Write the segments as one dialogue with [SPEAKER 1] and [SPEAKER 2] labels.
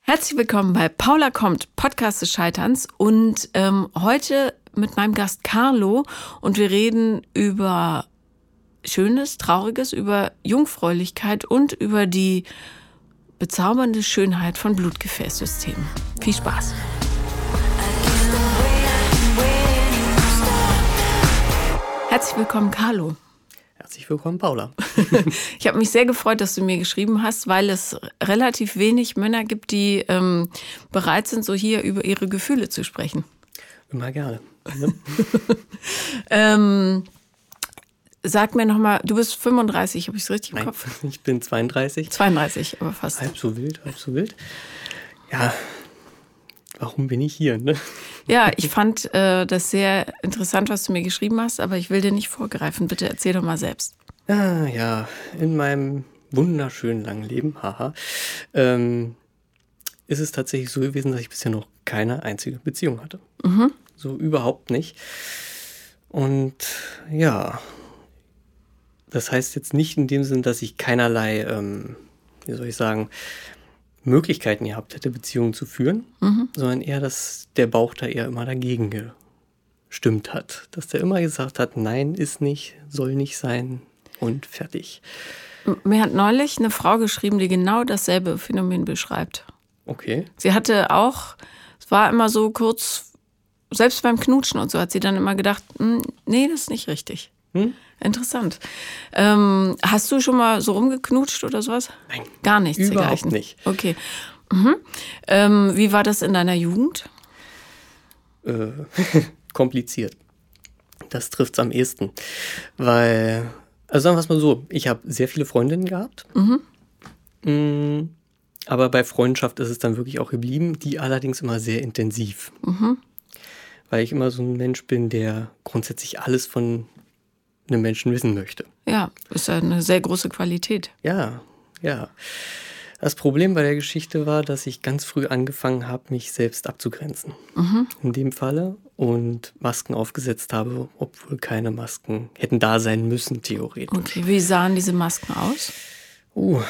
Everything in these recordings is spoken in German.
[SPEAKER 1] Herzlich willkommen bei Paula kommt, Podcast des Scheiterns und ähm, heute mit meinem Gast Carlo und wir reden über Schönes, Trauriges, über Jungfräulichkeit und über die bezaubernde Schönheit von Blutgefäßsystemen. Viel Spaß! Herzlich willkommen, Carlo.
[SPEAKER 2] Herzlich willkommen, Paula.
[SPEAKER 1] Ich habe mich sehr gefreut, dass du mir geschrieben hast, weil es relativ wenig Männer gibt, die ähm, bereit sind, so hier über ihre Gefühle zu sprechen.
[SPEAKER 2] Immer gerne. Ne?
[SPEAKER 1] Ähm, sag mir nochmal, du bist 35, habe ich es richtig im
[SPEAKER 2] Nein,
[SPEAKER 1] Kopf?
[SPEAKER 2] ich bin 32.
[SPEAKER 1] 32, aber fast.
[SPEAKER 2] Halb so wild, halb so wild. Ja, warum bin ich hier? Ne?
[SPEAKER 1] Ja, ich fand äh, das sehr interessant, was du mir geschrieben hast, aber ich will dir nicht vorgreifen. Bitte erzähl doch mal selbst.
[SPEAKER 2] Ah, ja, in meinem wunderschönen langen Leben, haha, ähm, ist es tatsächlich so gewesen, dass ich bisher noch keine einzige Beziehung hatte. So überhaupt nicht. Und ja, das heißt jetzt nicht in dem Sinn, dass ich keinerlei, ähm, wie soll ich sagen, Möglichkeiten gehabt hätte, Beziehungen zu führen, sondern eher, dass der Bauch da eher immer dagegen ge stimmt hat. Dass der immer gesagt hat, nein, ist nicht, soll nicht sein und fertig.
[SPEAKER 1] M- Mir hat neulich eine Frau geschrieben, die genau dasselbe Phänomen beschreibt.
[SPEAKER 2] Okay.
[SPEAKER 1] Sie hatte auch, es war immer so kurz, selbst beim Knutschen und so hat sie dann immer gedacht, "Hm, nee, das ist nicht richtig.
[SPEAKER 2] Hm?
[SPEAKER 1] Interessant. Ähm, hast du schon mal so rumgeknutscht oder sowas?
[SPEAKER 2] Nein.
[SPEAKER 1] Gar nichts
[SPEAKER 2] Überhaupt
[SPEAKER 1] dergleichen.
[SPEAKER 2] nicht.
[SPEAKER 1] Okay. Mhm. Ähm, wie war das in deiner Jugend?
[SPEAKER 2] Äh, kompliziert. Das trifft es am ehesten. Weil, also sagen wir es mal so, ich habe sehr viele Freundinnen gehabt. Mm, Aber bei Freundschaft ist es dann wirklich auch geblieben, die allerdings immer sehr intensiv. Weil ich immer so ein Mensch bin, der grundsätzlich alles von einem Menschen wissen möchte.
[SPEAKER 1] Ja, ist ja eine sehr große Qualität.
[SPEAKER 2] Ja, ja. Das Problem bei der Geschichte war, dass ich ganz früh angefangen habe, mich selbst abzugrenzen. In dem Falle. Und Masken aufgesetzt habe, obwohl keine Masken hätten da sein müssen, theoretisch.
[SPEAKER 1] Okay, wie sahen diese Masken aus?
[SPEAKER 2] Uh,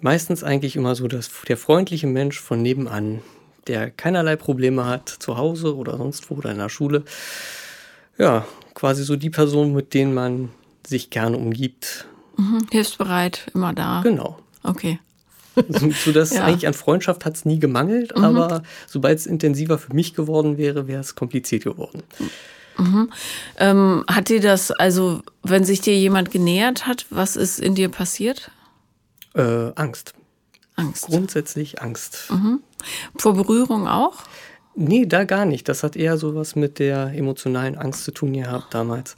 [SPEAKER 2] meistens eigentlich immer so, dass der freundliche Mensch von nebenan, der keinerlei Probleme hat, zu Hause oder sonst wo oder in der Schule, ja, quasi so die Person, mit denen man sich gerne umgibt.
[SPEAKER 1] Mhm. Hilfsbereit, immer da.
[SPEAKER 2] Genau.
[SPEAKER 1] Okay.
[SPEAKER 2] So, so dass
[SPEAKER 1] Ja.
[SPEAKER 2] eigentlich an Freundschaft hat es nie gemangelt, aber sobald es intensiver für mich geworden wäre, wäre es kompliziert geworden.
[SPEAKER 1] Ähm, hat dir das, also wenn sich dir jemand genähert hat, was ist in dir passiert?
[SPEAKER 2] Äh, Angst.
[SPEAKER 1] Angst.
[SPEAKER 2] Grundsätzlich Angst.
[SPEAKER 1] Vor Berührung auch?
[SPEAKER 2] Nee, da gar nicht. Das hat eher sowas mit der emotionalen Angst zu tun gehabt damals.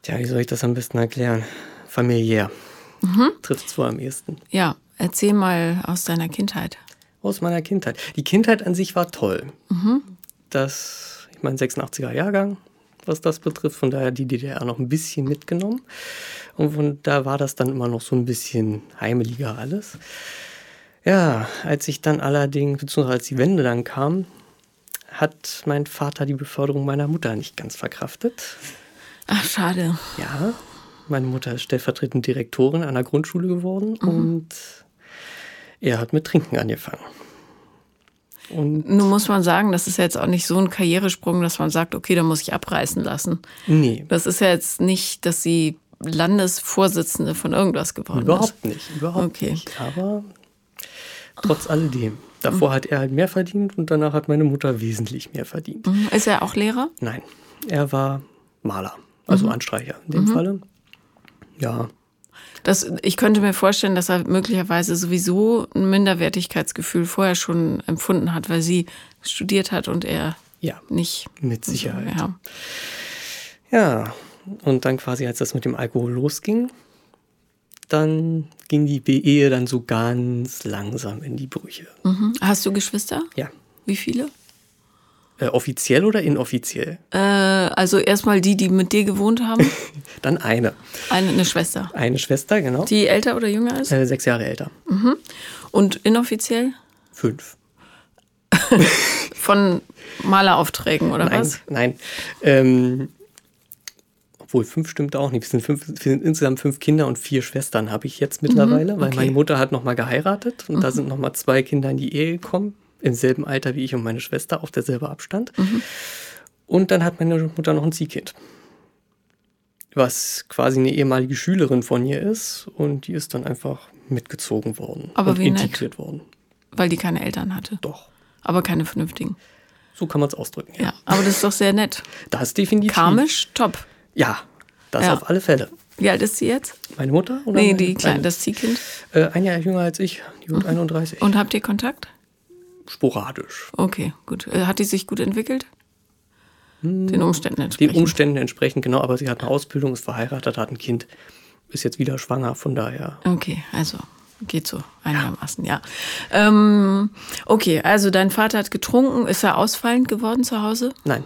[SPEAKER 2] Tja, wie soll ich das am besten erklären? Familiär. Trifft es wohl am ehesten.
[SPEAKER 1] Ja, erzähl mal aus deiner Kindheit.
[SPEAKER 2] Aus meiner Kindheit. Die Kindheit an sich war toll. Das, ich meine, 86er Jahrgang, was das betrifft, von daher die DDR noch ein bisschen mitgenommen. Und von da war das dann immer noch so ein bisschen heimeliger alles. Ja, als ich dann allerdings, beziehungsweise als die Wende dann kam, hat mein Vater die Beförderung meiner Mutter nicht ganz verkraftet.
[SPEAKER 1] Ach, schade.
[SPEAKER 2] Ja, meine Mutter ist stellvertretend Direktorin einer Grundschule geworden und er hat mit Trinken angefangen. Und
[SPEAKER 1] Nun muss man sagen, das ist ja jetzt auch nicht so ein Karrieresprung, dass man sagt, okay, da muss ich abreißen lassen.
[SPEAKER 2] nee,
[SPEAKER 1] Das ist ja jetzt nicht, dass sie Landesvorsitzende von irgendwas geworden ist.
[SPEAKER 2] überhaupt nicht, überhaupt
[SPEAKER 1] Okay.
[SPEAKER 2] nicht. Aber trotz alledem, davor hat er halt mehr verdient und danach hat meine Mutter wesentlich mehr verdient.
[SPEAKER 1] Mhm. Ist er auch Lehrer?
[SPEAKER 2] Nein, er war Maler, also Anstreicher in dem Falle. Ja,
[SPEAKER 1] Das, ich könnte mir vorstellen, dass er möglicherweise sowieso ein Minderwertigkeitsgefühl vorher schon empfunden hat, weil sie studiert hat und er
[SPEAKER 2] ja,
[SPEAKER 1] nicht.
[SPEAKER 2] mit Sicherheit.
[SPEAKER 1] Ja.
[SPEAKER 2] Ja, und dann quasi, als das mit dem Alkohol losging, dann ging die Ehe dann so ganz langsam in die Brüche.
[SPEAKER 1] Mhm. Hast du Geschwister?
[SPEAKER 2] Ja.
[SPEAKER 1] Wie viele?
[SPEAKER 2] Äh, offiziell oder inoffiziell?
[SPEAKER 1] Äh, also erstmal die, die mit dir gewohnt haben.
[SPEAKER 2] Dann eine.
[SPEAKER 1] Eine, eine Schwester.
[SPEAKER 2] Eine Schwester, genau.
[SPEAKER 1] Die älter oder jünger ist?
[SPEAKER 2] Äh, sechs Jahre älter.
[SPEAKER 1] Und inoffiziell?
[SPEAKER 2] Fünf.
[SPEAKER 1] Von Maleraufträgen oder
[SPEAKER 2] nein,
[SPEAKER 1] was?
[SPEAKER 2] nein. Ähm, obwohl fünf stimmt auch nicht. Wir sind, fünf, wir sind insgesamt fünf Kinder und vier Schwestern habe ich jetzt mittlerweile, weil
[SPEAKER 1] Mhm. okay. Mhm.
[SPEAKER 2] meine Mutter hat nochmal geheiratet und da sind nochmal zwei Kinder in die Ehe gekommen, im selben Alter wie ich und meine Schwester, auch derselbe Abstand.
[SPEAKER 1] Mhm.
[SPEAKER 2] Und dann hat meine Mutter noch ein Ziehkind, was quasi eine ehemalige Schülerin von ihr ist und die ist dann einfach mitgezogen worden
[SPEAKER 1] Aber
[SPEAKER 2] und
[SPEAKER 1] wie nett.
[SPEAKER 2] integriert worden.
[SPEAKER 1] weil die keine Eltern hatte.
[SPEAKER 2] Doch,
[SPEAKER 1] Aber keine vernünftigen.
[SPEAKER 2] so kann man es ausdrücken.
[SPEAKER 1] Ja, aber das ist doch sehr nett.
[SPEAKER 2] Das ist definitiv.
[SPEAKER 1] Karmisch, top.
[SPEAKER 2] Ja, das
[SPEAKER 1] Ja.
[SPEAKER 2] auf alle Fälle.
[SPEAKER 1] Wie alt ist sie jetzt?
[SPEAKER 2] Meine Mutter? Oder
[SPEAKER 1] Nee,
[SPEAKER 2] meine-
[SPEAKER 1] die Kleine,
[SPEAKER 2] meine-
[SPEAKER 1] das Ziehkind.
[SPEAKER 2] Äh, ein Jahr jünger als ich, die wird 31.
[SPEAKER 1] Und habt ihr Kontakt?
[SPEAKER 2] Sporadisch.
[SPEAKER 1] Okay, gut. Äh, Hat die sich gut entwickelt?
[SPEAKER 2] Hm.
[SPEAKER 1] Den Umständen
[SPEAKER 2] Den
[SPEAKER 1] entsprechend.
[SPEAKER 2] Umständen entsprechend, genau, aber sie hat eine Ausbildung, ist verheiratet, hat ein Kind, ist jetzt wieder schwanger, von daher.
[SPEAKER 1] Okay, also geht so einigermaßen, ja. Ähm, okay, also dein Vater hat getrunken, ist er ausfallend geworden zu Hause?
[SPEAKER 2] Nein.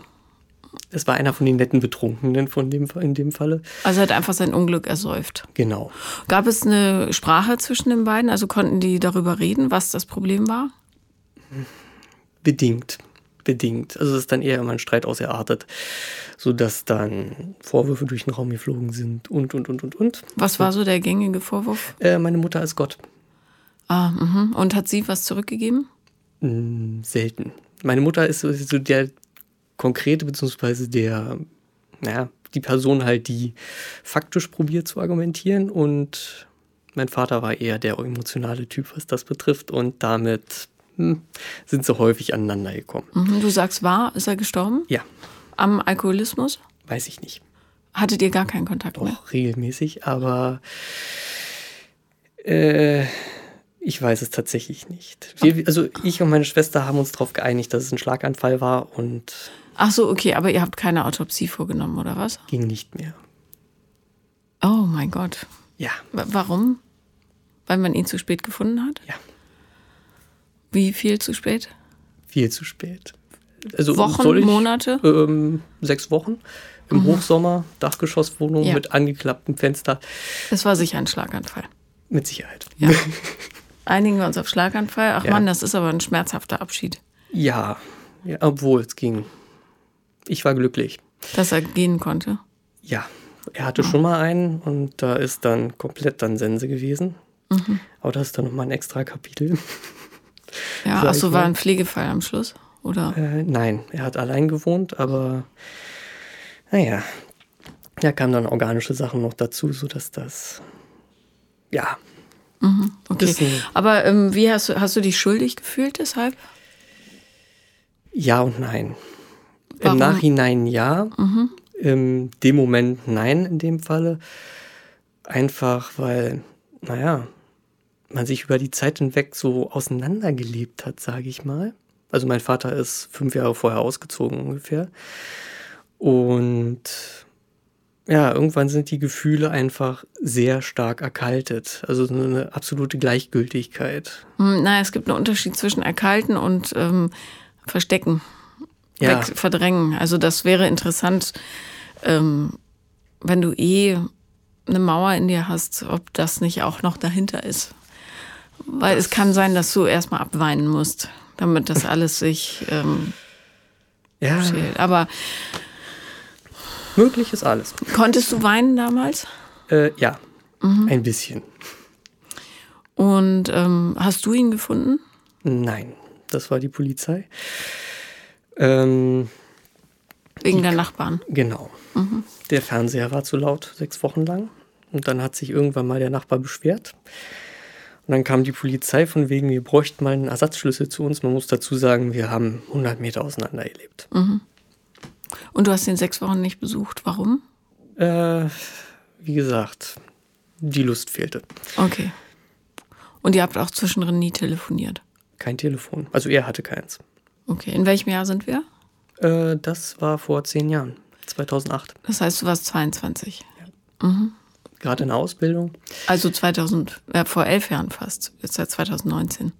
[SPEAKER 2] Es war einer von den netten Betrunkenen von dem, in dem Falle.
[SPEAKER 1] Also er hat einfach sein Unglück ersäuft.
[SPEAKER 2] Genau.
[SPEAKER 1] Gab es eine Sprache zwischen den beiden? Also konnten die darüber reden, was das Problem war?
[SPEAKER 2] Bedingt. Bedingt. Also es ist dann eher immer ein Streit auserartet, sodass dann Vorwürfe durch den Raum geflogen sind und, und, und, und, und.
[SPEAKER 1] Was war so der gängige Vorwurf?
[SPEAKER 2] Äh, meine Mutter ist Gott.
[SPEAKER 1] Ah, mhm. Und hat sie was zurückgegeben?
[SPEAKER 2] Mm, Selten. Meine Mutter ist so- ist so der konkrete, beziehungsweise der, naja, die Person halt, die faktisch probiert zu argumentieren und mein Vater war eher der emotionale Typ, was das betrifft und damit hm, sind sie häufig aneinander gekommen.
[SPEAKER 1] Mhm. Du sagst, war, ist er gestorben?
[SPEAKER 2] Ja,
[SPEAKER 1] Am Alkoholismus?
[SPEAKER 2] weiß ich nicht.
[SPEAKER 1] Hattet ihr gar keinen Kontakt mehr?
[SPEAKER 2] Auch regelmäßig, aber äh, ich weiß es tatsächlich nicht. Wir, also ich und meine Schwester haben uns darauf geeinigt, dass es ein Schlaganfall war und
[SPEAKER 1] Ach so, okay, aber ihr habt keine Autopsie vorgenommen, oder was?
[SPEAKER 2] ging nicht mehr.
[SPEAKER 1] Oh mein Gott.
[SPEAKER 2] Ja,
[SPEAKER 1] Wa- Warum? Weil man ihn zu spät gefunden hat?
[SPEAKER 2] Ja.
[SPEAKER 1] Wie viel zu spät?
[SPEAKER 2] viel zu spät. Also
[SPEAKER 1] Wochen,
[SPEAKER 2] soll ich,
[SPEAKER 1] Monate?
[SPEAKER 2] Ähm, sechs Wochen im Hochsommer, Dachgeschosswohnung
[SPEAKER 1] Ja.
[SPEAKER 2] mit angeklapptem Fenster,
[SPEAKER 1] Es war sicher ein Schlaganfall.
[SPEAKER 2] mit Sicherheit.
[SPEAKER 1] Ja. Einigen wir uns auf Schlaganfall. Ach
[SPEAKER 2] Ja.
[SPEAKER 1] Mann, das ist aber ein schmerzhafter Abschied,
[SPEAKER 2] Ja, ja obwohl es ging. Ich war glücklich.
[SPEAKER 1] dass er gehen konnte.
[SPEAKER 2] Ja, er
[SPEAKER 1] Ah.
[SPEAKER 2] hatte schon mal einen und da ist dann komplett dann Sense gewesen.
[SPEAKER 1] Mhm.
[SPEAKER 2] Aber das ist dann nochmal ein extra Kapitel.
[SPEAKER 1] Ja,
[SPEAKER 2] Sag
[SPEAKER 1] ach so,
[SPEAKER 2] ich
[SPEAKER 1] war
[SPEAKER 2] mal.
[SPEAKER 1] ein Pflegefall am Schluss, oder?
[SPEAKER 2] Äh, nein, er hat allein gewohnt, aber naja, da kamen dann organische Sachen noch dazu, sodass das, ja,
[SPEAKER 1] Okay.
[SPEAKER 2] bisschen-
[SPEAKER 1] Aber ähm, wie hast du, hast du dich schuldig gefühlt deshalb?
[SPEAKER 2] Ja und nein.
[SPEAKER 1] Warum? Mhm.
[SPEAKER 2] Im Nachhinein ja. In dem Moment nein, in dem Falle. Einfach weil, naja, man sich über die Zeit hinweg so auseinandergelebt hat, sage ich mal. Also mein Vater ist fünf Jahre vorher ausgezogen ungefähr. Und ja, irgendwann sind die Gefühle einfach sehr stark erkaltet. Also so eine absolute Gleichgültigkeit.
[SPEAKER 1] Hm, naja, es gibt einen Unterschied zwischen erkalten und ähm, verstecken,
[SPEAKER 2] Ja.
[SPEAKER 1] weg, verdrängen. Also das wäre interessant, ähm, wenn du eh eine Mauer in dir hast, ob das nicht auch noch dahinter ist. Weil es kann sein, dass du erstmal abweinen musst, damit das alles sich ähm,
[SPEAKER 2] Ja,
[SPEAKER 1] schält. Aber
[SPEAKER 2] möglich ist alles.
[SPEAKER 1] konntest du weinen damals?
[SPEAKER 2] Äh, ja, ein bisschen.
[SPEAKER 1] Und ähm, hast du ihn gefunden?
[SPEAKER 2] Nein, das war die Polizei. Ähm,
[SPEAKER 1] Wegen der Nachbarn.
[SPEAKER 2] genau. Der Fernseher war zu laut, sechs Wochen lang. Und dann hat sich irgendwann mal der Nachbar beschwert. Und dann kam die Polizei von wegen, wir bräuchten mal einen Ersatzschlüssel zu uns. Man muss dazu sagen, wir haben 100 Meter auseinander gelebt.
[SPEAKER 1] Und du hast ihn sechs Wochen nicht besucht. Warum?
[SPEAKER 2] Äh, wie gesagt, die Lust fehlte.
[SPEAKER 1] Okay. Und ihr habt auch zwischendrin nie telefoniert.
[SPEAKER 2] Kein Telefon. Also er hatte keins.
[SPEAKER 1] Okay. In welchem Jahr sind wir?
[SPEAKER 2] Äh, das war vor zehn Jahren, 2008.
[SPEAKER 1] Das heißt, du warst 22.
[SPEAKER 2] Gerade in der Ausbildung.
[SPEAKER 1] Also 2000, äh, vor elf Jahren fast. Jetzt seit 2019.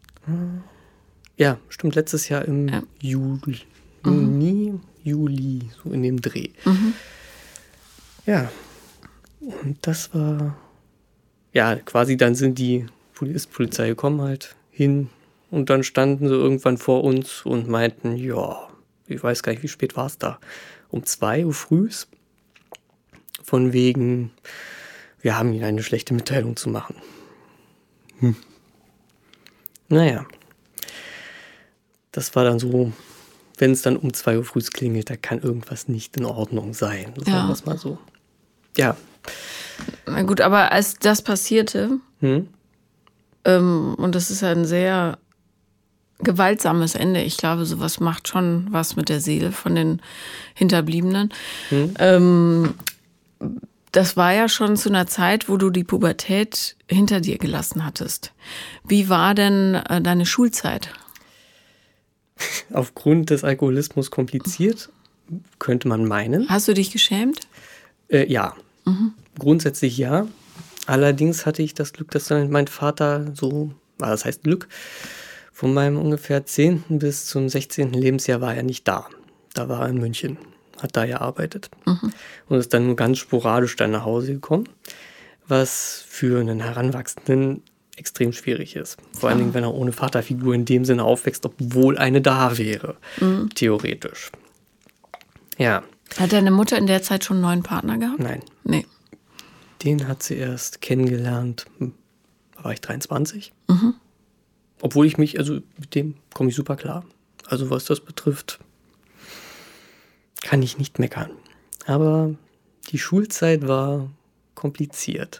[SPEAKER 2] Ja, stimmt. Letztes Jahr im
[SPEAKER 1] Ja.
[SPEAKER 2] Juli, Juni, Juli, so in dem Dreh. Ja, und das war, ja, quasi dann sind die, Poli- ist Polizei gekommen halt hin und dann standen sie irgendwann vor uns und meinten, ja, ich weiß gar nicht, wie spät war es da? Um zwei Uhr frühs? von wegen, wir haben Ihnen eine schlechte Mitteilung zu machen. Hm. Naja, das war dann so, wenn es dann um 2 Uhr früh klingelt, da kann irgendwas nicht in Ordnung sein. Sagen
[SPEAKER 1] Ja.
[SPEAKER 2] wir es mal so. Ja.
[SPEAKER 1] Na gut, aber als das passierte,
[SPEAKER 2] Hm?
[SPEAKER 1] ähm, und das ist ein sehr gewaltsames Ende, ich glaube, sowas macht schon was mit der Seele von den Hinterbliebenen.
[SPEAKER 2] Hm?
[SPEAKER 1] Ähm, das war ja schon zu einer Zeit, wo du die Pubertät hinter dir gelassen hattest. Wie war denn äh, deine Schulzeit?
[SPEAKER 2] Aufgrund des Alkoholismus kompliziert, könnte man meinen.
[SPEAKER 1] Hast du dich geschämt?
[SPEAKER 2] Äh, ja. Grundsätzlich ja. Allerdings hatte ich das Glück, dass dann mein Vater so, ah, das heißt Glück, von meinem ungefähr 10. bis zum 16. Lebensjahr war er nicht da. Da war er in München, hat da gearbeitet und ist dann nur ganz sporadisch dann nach Hause gekommen, was für einen Heranwachsenden extrem schwierig ist. Vor allen Dingen, wenn er ohne Vaterfigur in dem Sinne aufwächst, obwohl eine da wäre, theoretisch. Ja,
[SPEAKER 1] Hat deine Mutter in der Zeit schon einen neuen Partner gehabt?
[SPEAKER 2] nein.
[SPEAKER 1] Nee.
[SPEAKER 2] Den hat sie erst kennengelernt, hm, da war ich 23. Obwohl ich mich, also mit dem komme ich super klar. Also was das betrifft, kann ich nicht meckern. Aber die Schulzeit war kompliziert.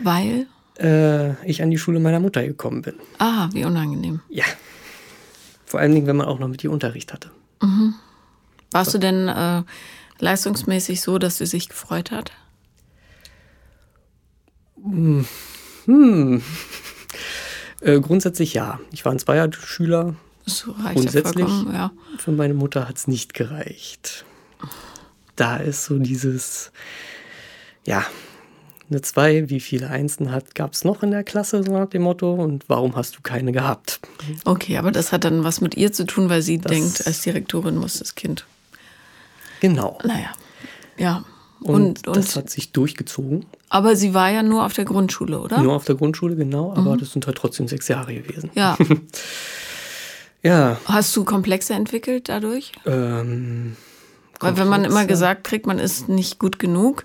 [SPEAKER 1] Weil?
[SPEAKER 2] Äh, ich an die Schule meiner Mutter gekommen bin.
[SPEAKER 1] Ah, wie unangenehm.
[SPEAKER 2] Ja. Vor allen Dingen, wenn man auch noch mit ihr Unterricht hatte.
[SPEAKER 1] Warst du denn äh, leistungsmäßig so, dass sie sich gefreut hat?
[SPEAKER 2] Äh, grundsätzlich ja. Ich war ein Zweier-Schüler.
[SPEAKER 1] Das reicht ja
[SPEAKER 2] Grundsätzlich?
[SPEAKER 1] vollkommen, ja.
[SPEAKER 2] Für meine Mutter hat es nicht gereicht. Da ist so dieses, ja, eine 2, wie viele Einsen hat, gab es noch in der Klasse, so nach dem Motto, und warum hast du keine gehabt?
[SPEAKER 1] Okay, aber das hat dann was mit ihr zu tun, weil sie
[SPEAKER 2] Das-
[SPEAKER 1] denkt, als Direktorin muss das Kind.
[SPEAKER 2] Genau.
[SPEAKER 1] Naja. Ja.
[SPEAKER 2] Und,
[SPEAKER 1] Und, und,
[SPEAKER 2] das hat sich durchgezogen.
[SPEAKER 1] aber sie war ja nur auf der Grundschule, oder?
[SPEAKER 2] Nur auf der Grundschule, genau, aber
[SPEAKER 1] Mhm.
[SPEAKER 2] das sind halt trotzdem sechs Jahre gewesen.
[SPEAKER 1] Ja.
[SPEAKER 2] Ja,
[SPEAKER 1] Hast du Komplexe entwickelt dadurch?
[SPEAKER 2] ähm,
[SPEAKER 1] Weil wenn man immer
[SPEAKER 2] Komplexe?
[SPEAKER 1] gesagt kriegt, man ist nicht gut genug,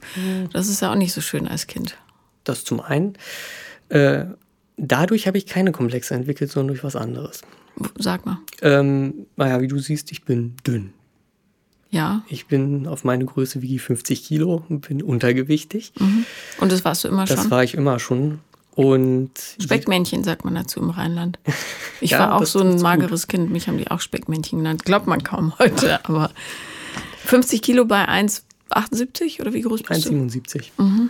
[SPEAKER 1] das ist ja auch nicht so schön als Kind.
[SPEAKER 2] das zum einen. Äh, dadurch habe ich keine Komplexe entwickelt, sondern durch was anderes.
[SPEAKER 1] Sag mal.
[SPEAKER 2] Ähm, naja, wie du siehst, ich bin dünn.
[SPEAKER 1] Ja.
[SPEAKER 2] Ich bin auf meine Größe wiege ich 50 Kilo und bin untergewichtig.
[SPEAKER 1] Und das warst du immer
[SPEAKER 2] Das
[SPEAKER 1] schon.
[SPEAKER 2] war ich immer schon. Und
[SPEAKER 1] Speckmännchen sagt man dazu im Rheinland. Ich
[SPEAKER 2] Ja,
[SPEAKER 1] war auch
[SPEAKER 2] das
[SPEAKER 1] so ein
[SPEAKER 2] tut's gut.
[SPEAKER 1] mageres Kind, mich haben die auch Speckmännchen genannt. Glaubt man kaum heute, aber 50 Kilo bei 1,78 oder wie groß bist du?
[SPEAKER 2] 1,77.
[SPEAKER 1] Mhm.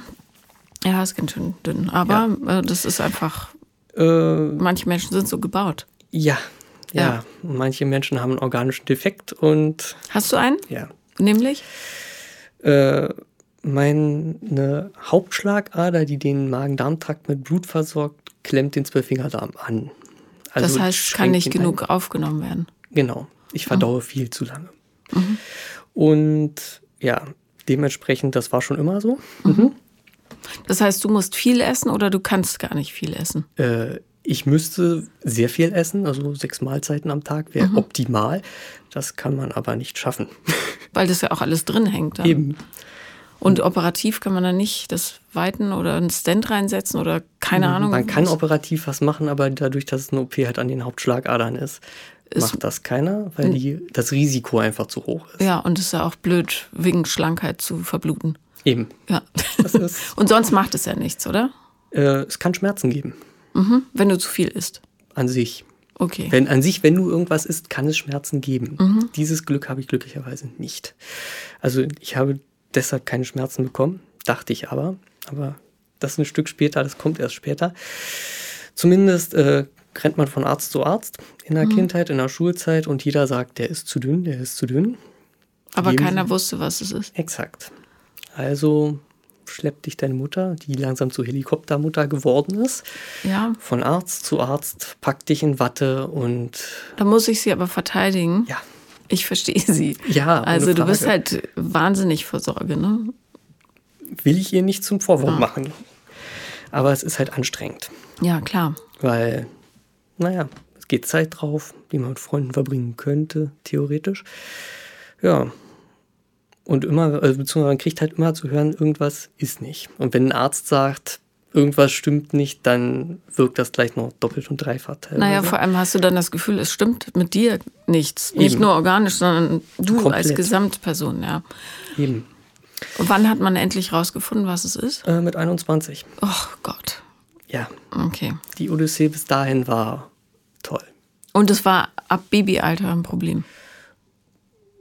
[SPEAKER 1] Ja, ist ganz schön dünn. Aber äh, das ist einfach,
[SPEAKER 2] Äh,
[SPEAKER 1] manche Menschen sind so gebaut.
[SPEAKER 2] ja, ja.
[SPEAKER 1] Ja.
[SPEAKER 2] Manche Menschen haben einen organischen Defekt und
[SPEAKER 1] Hast du einen?
[SPEAKER 2] ja.
[SPEAKER 1] Nämlich?
[SPEAKER 2] Äh, meine Hauptschlagader, die den Magen-Darm-Trakt mit Blut versorgt, klemmt den Zwölffingerdarm an.
[SPEAKER 1] Das
[SPEAKER 2] Also
[SPEAKER 1] heißt, es kann
[SPEAKER 2] schränkt
[SPEAKER 1] nicht
[SPEAKER 2] ihn ein.
[SPEAKER 1] genug Oh. aufgenommen werden.
[SPEAKER 2] Genau. Ich verdaue viel zu lange.
[SPEAKER 1] Mhm.
[SPEAKER 2] Und ja, dementsprechend, das war schon immer so.
[SPEAKER 1] Das heißt, du musst viel essen oder du kannst gar nicht viel essen.
[SPEAKER 2] Äh, ich müsste sehr viel essen, also sechs Mahlzeiten am Tag
[SPEAKER 1] Mhm.
[SPEAKER 2] wäre optimal. Das kann man aber nicht schaffen.
[SPEAKER 1] Weil das ja auch alles drin hängt. Dann.
[SPEAKER 2] Eben.
[SPEAKER 1] Und operativ kann man dann nicht das Weiten oder einen Stent reinsetzen oder keine Ahnung.
[SPEAKER 2] Man kann
[SPEAKER 1] was.
[SPEAKER 2] operativ was machen, aber dadurch, dass es eine OP halt an den Hauptschlagadern ist, macht das keiner,
[SPEAKER 1] Hm.
[SPEAKER 2] weil die, das Risiko einfach zu hoch ist.
[SPEAKER 1] Ja, und es ist ja auch blöd, wegen Schlankheit zu verbluten.
[SPEAKER 2] Eben.
[SPEAKER 1] Ja.
[SPEAKER 2] Das ist,
[SPEAKER 1] Und sonst macht es ja nichts, oder?
[SPEAKER 2] äh, es kann Schmerzen geben.
[SPEAKER 1] Mhm. Wenn du zu viel isst.
[SPEAKER 2] An sich.
[SPEAKER 1] Okay.
[SPEAKER 2] Wenn an sich, wenn du irgendwas isst, kann es Schmerzen geben. Dieses Glück habe ich glücklicherweise nicht. Also ich habe deshalb keine Schmerzen bekommen, dachte ich aber. Aber das ist ein Stück später, das kommt erst später. Zumindest äh, rennt man von Arzt zu Arzt in der Kindheit, in der Schulzeit und jeder sagt, der ist zu dünn, der ist zu dünn.
[SPEAKER 1] Aber
[SPEAKER 2] jedem-
[SPEAKER 1] keiner wusste, was es ist.
[SPEAKER 2] Exakt. Also schleppt dich deine Mutter, die langsam zur Helikoptermutter geworden ist,
[SPEAKER 1] Ja.
[SPEAKER 2] von Arzt zu Arzt, packt dich in Watte und
[SPEAKER 1] Da muss ich sie aber verteidigen.
[SPEAKER 2] ja,
[SPEAKER 1] Ich verstehe sie.
[SPEAKER 2] Ja, ohne
[SPEAKER 1] Also du
[SPEAKER 2] Frage.
[SPEAKER 1] bist halt wahnsinnig vor Sorge, ne?
[SPEAKER 2] will ich ihr nicht zum Vorwurf machen. Aber es ist halt anstrengend,
[SPEAKER 1] Ja, klar.
[SPEAKER 2] weil, naja, es geht Zeit drauf, die man mit Freunden verbringen könnte, theoretisch. Ja. Und immer, also beziehungsweise man kriegt halt immer zu hören, irgendwas ist nicht. Und wenn ein Arzt sagt, irgendwas stimmt nicht, dann wirkt das gleich noch doppelt und dreifach. teilweise.
[SPEAKER 1] Naja, vor allem hast du dann das Gefühl, es stimmt mit dir nichts. Nicht
[SPEAKER 2] Eben.
[SPEAKER 1] nur organisch, sondern du als
[SPEAKER 2] Komplett.
[SPEAKER 1] Gesamtperson, ja.
[SPEAKER 2] Eben.
[SPEAKER 1] Und wann hat man endlich rausgefunden, was es ist?
[SPEAKER 2] Äh, mit 21.
[SPEAKER 1] Oh Gott.
[SPEAKER 2] Ja,
[SPEAKER 1] Okay.
[SPEAKER 2] die Odyssee bis dahin war toll.
[SPEAKER 1] Und es war ab Babyalter ein Problem.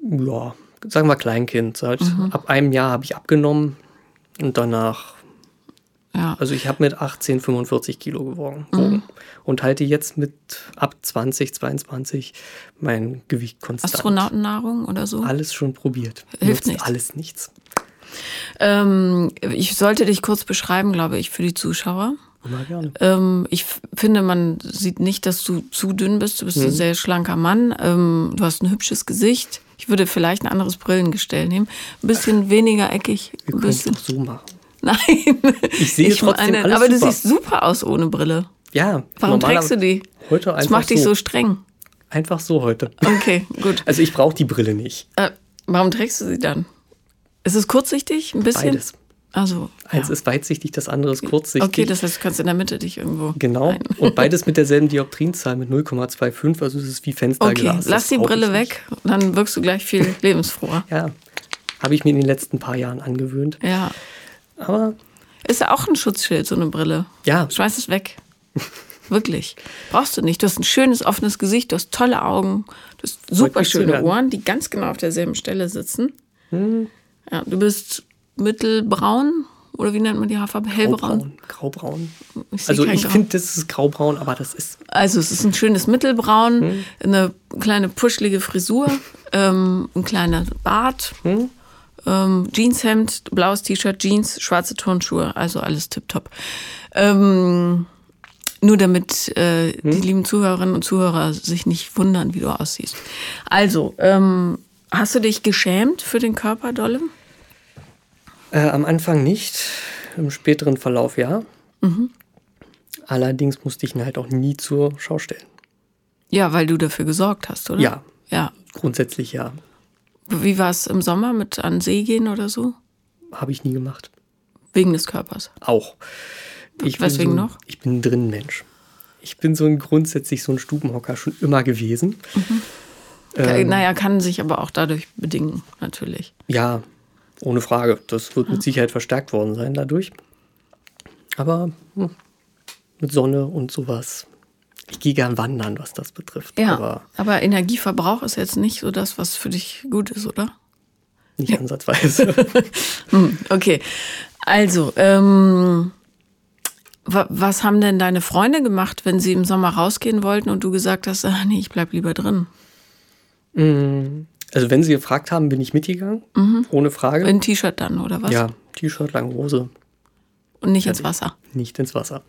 [SPEAKER 2] Ja, sagen wir Kleinkind. Seit
[SPEAKER 1] Mhm.
[SPEAKER 2] ab einem Jahr habe ich abgenommen und danach,
[SPEAKER 1] Ja.
[SPEAKER 2] also ich habe mit 18 45 Kilo gewogen
[SPEAKER 1] Mhm.
[SPEAKER 2] und halte jetzt mit ab 20, 22 mein Gewicht konstant.
[SPEAKER 1] Astronautennahrung oder so?
[SPEAKER 2] Alles schon probiert.
[SPEAKER 1] Hilft
[SPEAKER 2] Nutzt
[SPEAKER 1] nichts.
[SPEAKER 2] Alles nichts.
[SPEAKER 1] Ähm, ich sollte dich kurz beschreiben, glaube ich, für die Zuschauer.
[SPEAKER 2] Immer gerne.
[SPEAKER 1] Ähm, ich f- finde, man sieht nicht, dass du zu dünn bist. Du bist
[SPEAKER 2] Mhm.
[SPEAKER 1] ein sehr schlanker Mann. Ähm, du hast ein hübsches Gesicht. Ich würde vielleicht ein anderes Brillengestell nehmen. Ein bisschen weniger eckig.
[SPEAKER 2] Wir
[SPEAKER 1] Ein
[SPEAKER 2] können es
[SPEAKER 1] bisschen.
[SPEAKER 2] auch so machen.
[SPEAKER 1] Nein.
[SPEAKER 2] Ich sehe trotzdem alles
[SPEAKER 1] Aber du
[SPEAKER 2] super.
[SPEAKER 1] siehst super aus ohne Brille.
[SPEAKER 2] Ja.
[SPEAKER 1] Warum
[SPEAKER 2] normaler-
[SPEAKER 1] trägst du die?
[SPEAKER 2] Heute
[SPEAKER 1] Das
[SPEAKER 2] einfach
[SPEAKER 1] macht
[SPEAKER 2] so.
[SPEAKER 1] dich so streng.
[SPEAKER 2] Einfach so heute.
[SPEAKER 1] Okay, gut.
[SPEAKER 2] Also ich brauche die Brille nicht.
[SPEAKER 1] Äh, warum trägst du sie dann? Ist es kurzsichtig? Ein bisschen?
[SPEAKER 2] Beides.
[SPEAKER 1] Also,
[SPEAKER 2] Eins
[SPEAKER 1] ja.
[SPEAKER 2] ist weitsichtig, das andere ist kurzsichtig.
[SPEAKER 1] Okay, das heißt, du kannst in der Mitte dich irgendwo.
[SPEAKER 2] Genau.
[SPEAKER 1] ein-
[SPEAKER 2] Und beides mit derselben Dioptrienzahl mit 0,25, also es ist wie
[SPEAKER 1] Okay,
[SPEAKER 2] Fensterglas.
[SPEAKER 1] lass
[SPEAKER 2] Das
[SPEAKER 1] die
[SPEAKER 2] brauch ich
[SPEAKER 1] Brille
[SPEAKER 2] nicht.
[SPEAKER 1] weg, dann wirkst du gleich viel lebensfroher.
[SPEAKER 2] Ja. Habe ich mir in den letzten paar Jahren angewöhnt.
[SPEAKER 1] Ja.
[SPEAKER 2] Aber
[SPEAKER 1] Ist ja auch ein Schutzschild, so eine Brille.
[SPEAKER 2] ja,
[SPEAKER 1] Schmeiß es weg. Wirklich. Brauchst du nicht. Du hast ein schönes, offenes Gesicht, du hast tolle Augen, du hast super
[SPEAKER 2] mich zu
[SPEAKER 1] schöne
[SPEAKER 2] hören. Hm.
[SPEAKER 1] Ohren, die ganz genau auf derselben Stelle sitzen. Ja, du bist mittelbraun oder wie nennt man die Haarfarbe? Hellbraun.
[SPEAKER 2] graubraun. Graubraun.
[SPEAKER 1] Ich seh
[SPEAKER 2] also
[SPEAKER 1] kein
[SPEAKER 2] ich
[SPEAKER 1] Grau.
[SPEAKER 2] finde, das ist graubraun, aber das ist
[SPEAKER 1] Also es ist ein schönes Mittelbraun, eine kleine puschelige Frisur, ähm, ein kleiner Bart, ähm, Jeanshemd, blaues T-Shirt, Jeans, schwarze Turnschuhe, also alles tipptopp. Ähm, nur damit äh, die lieben Zuhörerinnen und Zuhörer sich nicht wundern, wie du aussiehst. Also, ähm, hast du dich geschämt für den Körper, Dolle?
[SPEAKER 2] äh, am Anfang nicht, im späteren Verlauf ja.
[SPEAKER 1] Mhm.
[SPEAKER 2] Allerdings musste ich ihn halt auch nie zur Schau stellen.
[SPEAKER 1] Ja, weil du dafür gesorgt hast, oder?
[SPEAKER 2] Ja.
[SPEAKER 1] Ja.
[SPEAKER 2] Grundsätzlich ja,
[SPEAKER 1] Wie war es im Sommer mit an See gehen oder so?
[SPEAKER 2] habe ich nie gemacht.
[SPEAKER 1] Wegen des Körpers.
[SPEAKER 2] Auch. bin
[SPEAKER 1] Weswegen
[SPEAKER 2] so, ein-
[SPEAKER 1] noch?
[SPEAKER 2] Ich bin ein drin Mensch. Ich bin so ein grundsätzlich so ein Stubenhocker schon immer gewesen.
[SPEAKER 1] Ka- naja, kann sich aber auch dadurch bedingen, natürlich.
[SPEAKER 2] Ja, ohne Frage. Das wird
[SPEAKER 1] Ah.
[SPEAKER 2] mit Sicherheit verstärkt worden sein dadurch. Aber hm, mit Sonne und sowas. Ich gehe gern wandern, was das betrifft.
[SPEAKER 1] Ja, aber,
[SPEAKER 2] Aber
[SPEAKER 1] Energieverbrauch ist jetzt nicht so das, was für dich gut ist, oder?
[SPEAKER 2] nicht ansatzweise.
[SPEAKER 1] Hm, Okay, also, ähm, wa was haben denn deine Freunde gemacht, wenn sie im Sommer rausgehen wollten und du gesagt hast, ah, nee, ich bleib lieber drin?
[SPEAKER 2] also wenn sie gefragt haben, bin ich mitgegangen. Ohne Frage.
[SPEAKER 1] In T-Shirt dann, oder Mhm. was?
[SPEAKER 2] ja, T-Shirt, lange Hose,
[SPEAKER 1] Und nicht ins Wasser.
[SPEAKER 2] nicht ins Wasser.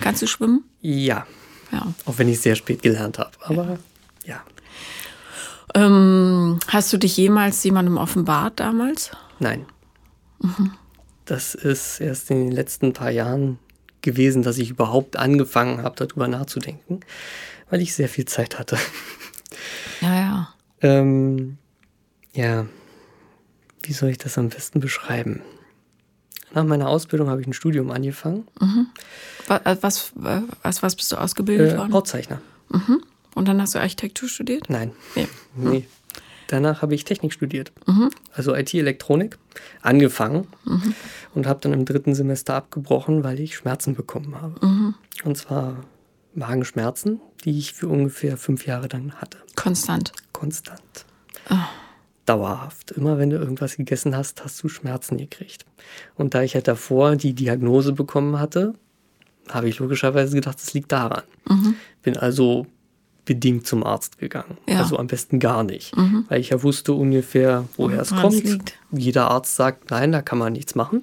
[SPEAKER 1] Kannst du schwimmen?
[SPEAKER 2] Ja,
[SPEAKER 1] Ja.
[SPEAKER 2] auch wenn ich sehr spät gelernt habe. Aber ja,
[SPEAKER 1] Ähm, hast du dich jemals jemandem offenbart damals?
[SPEAKER 2] Nein. Das ist erst in den letzten paar Jahren gewesen, dass ich überhaupt angefangen habe, darüber nachzudenken, weil ich sehr viel Zeit hatte.
[SPEAKER 1] Ja, ja.
[SPEAKER 2] Ähm, ja, wie soll ich das am besten beschreiben? Nach meiner Ausbildung habe ich ein Studium angefangen.
[SPEAKER 1] Wa- äh, Was, äh, als was bist du ausgebildet
[SPEAKER 2] Äh,
[SPEAKER 1] worden?
[SPEAKER 2] Bauzeichner.
[SPEAKER 1] Und dann hast du Architektur studiert?
[SPEAKER 2] Nein.
[SPEAKER 1] Nee.
[SPEAKER 2] Nee. Danach habe ich Technik studiert, also IT-Elektronik, angefangen und habe dann im dritten Semester abgebrochen, weil ich Schmerzen bekommen habe. Und zwar Magenschmerzen, die ich für ungefähr fünf Jahre dann hatte.
[SPEAKER 1] Konstant.
[SPEAKER 2] Konstant.
[SPEAKER 1] Ah.
[SPEAKER 2] Dauerhaft. Immer wenn du irgendwas gegessen hast, hast du Schmerzen gekriegt. Und da ich halt davor die Diagnose bekommen hatte, habe ich logischerweise gedacht, das liegt daran.
[SPEAKER 1] Mhm.
[SPEAKER 2] Bin also bedingt zum Arzt gegangen.
[SPEAKER 1] Ja. Mhm.
[SPEAKER 2] Also am besten gar nicht. Weil ich ja wusste ungefähr, woher es
[SPEAKER 1] Woran es
[SPEAKER 2] kommt.
[SPEAKER 1] liegt.
[SPEAKER 2] Jeder Arzt sagt, nein, da kann man nichts machen.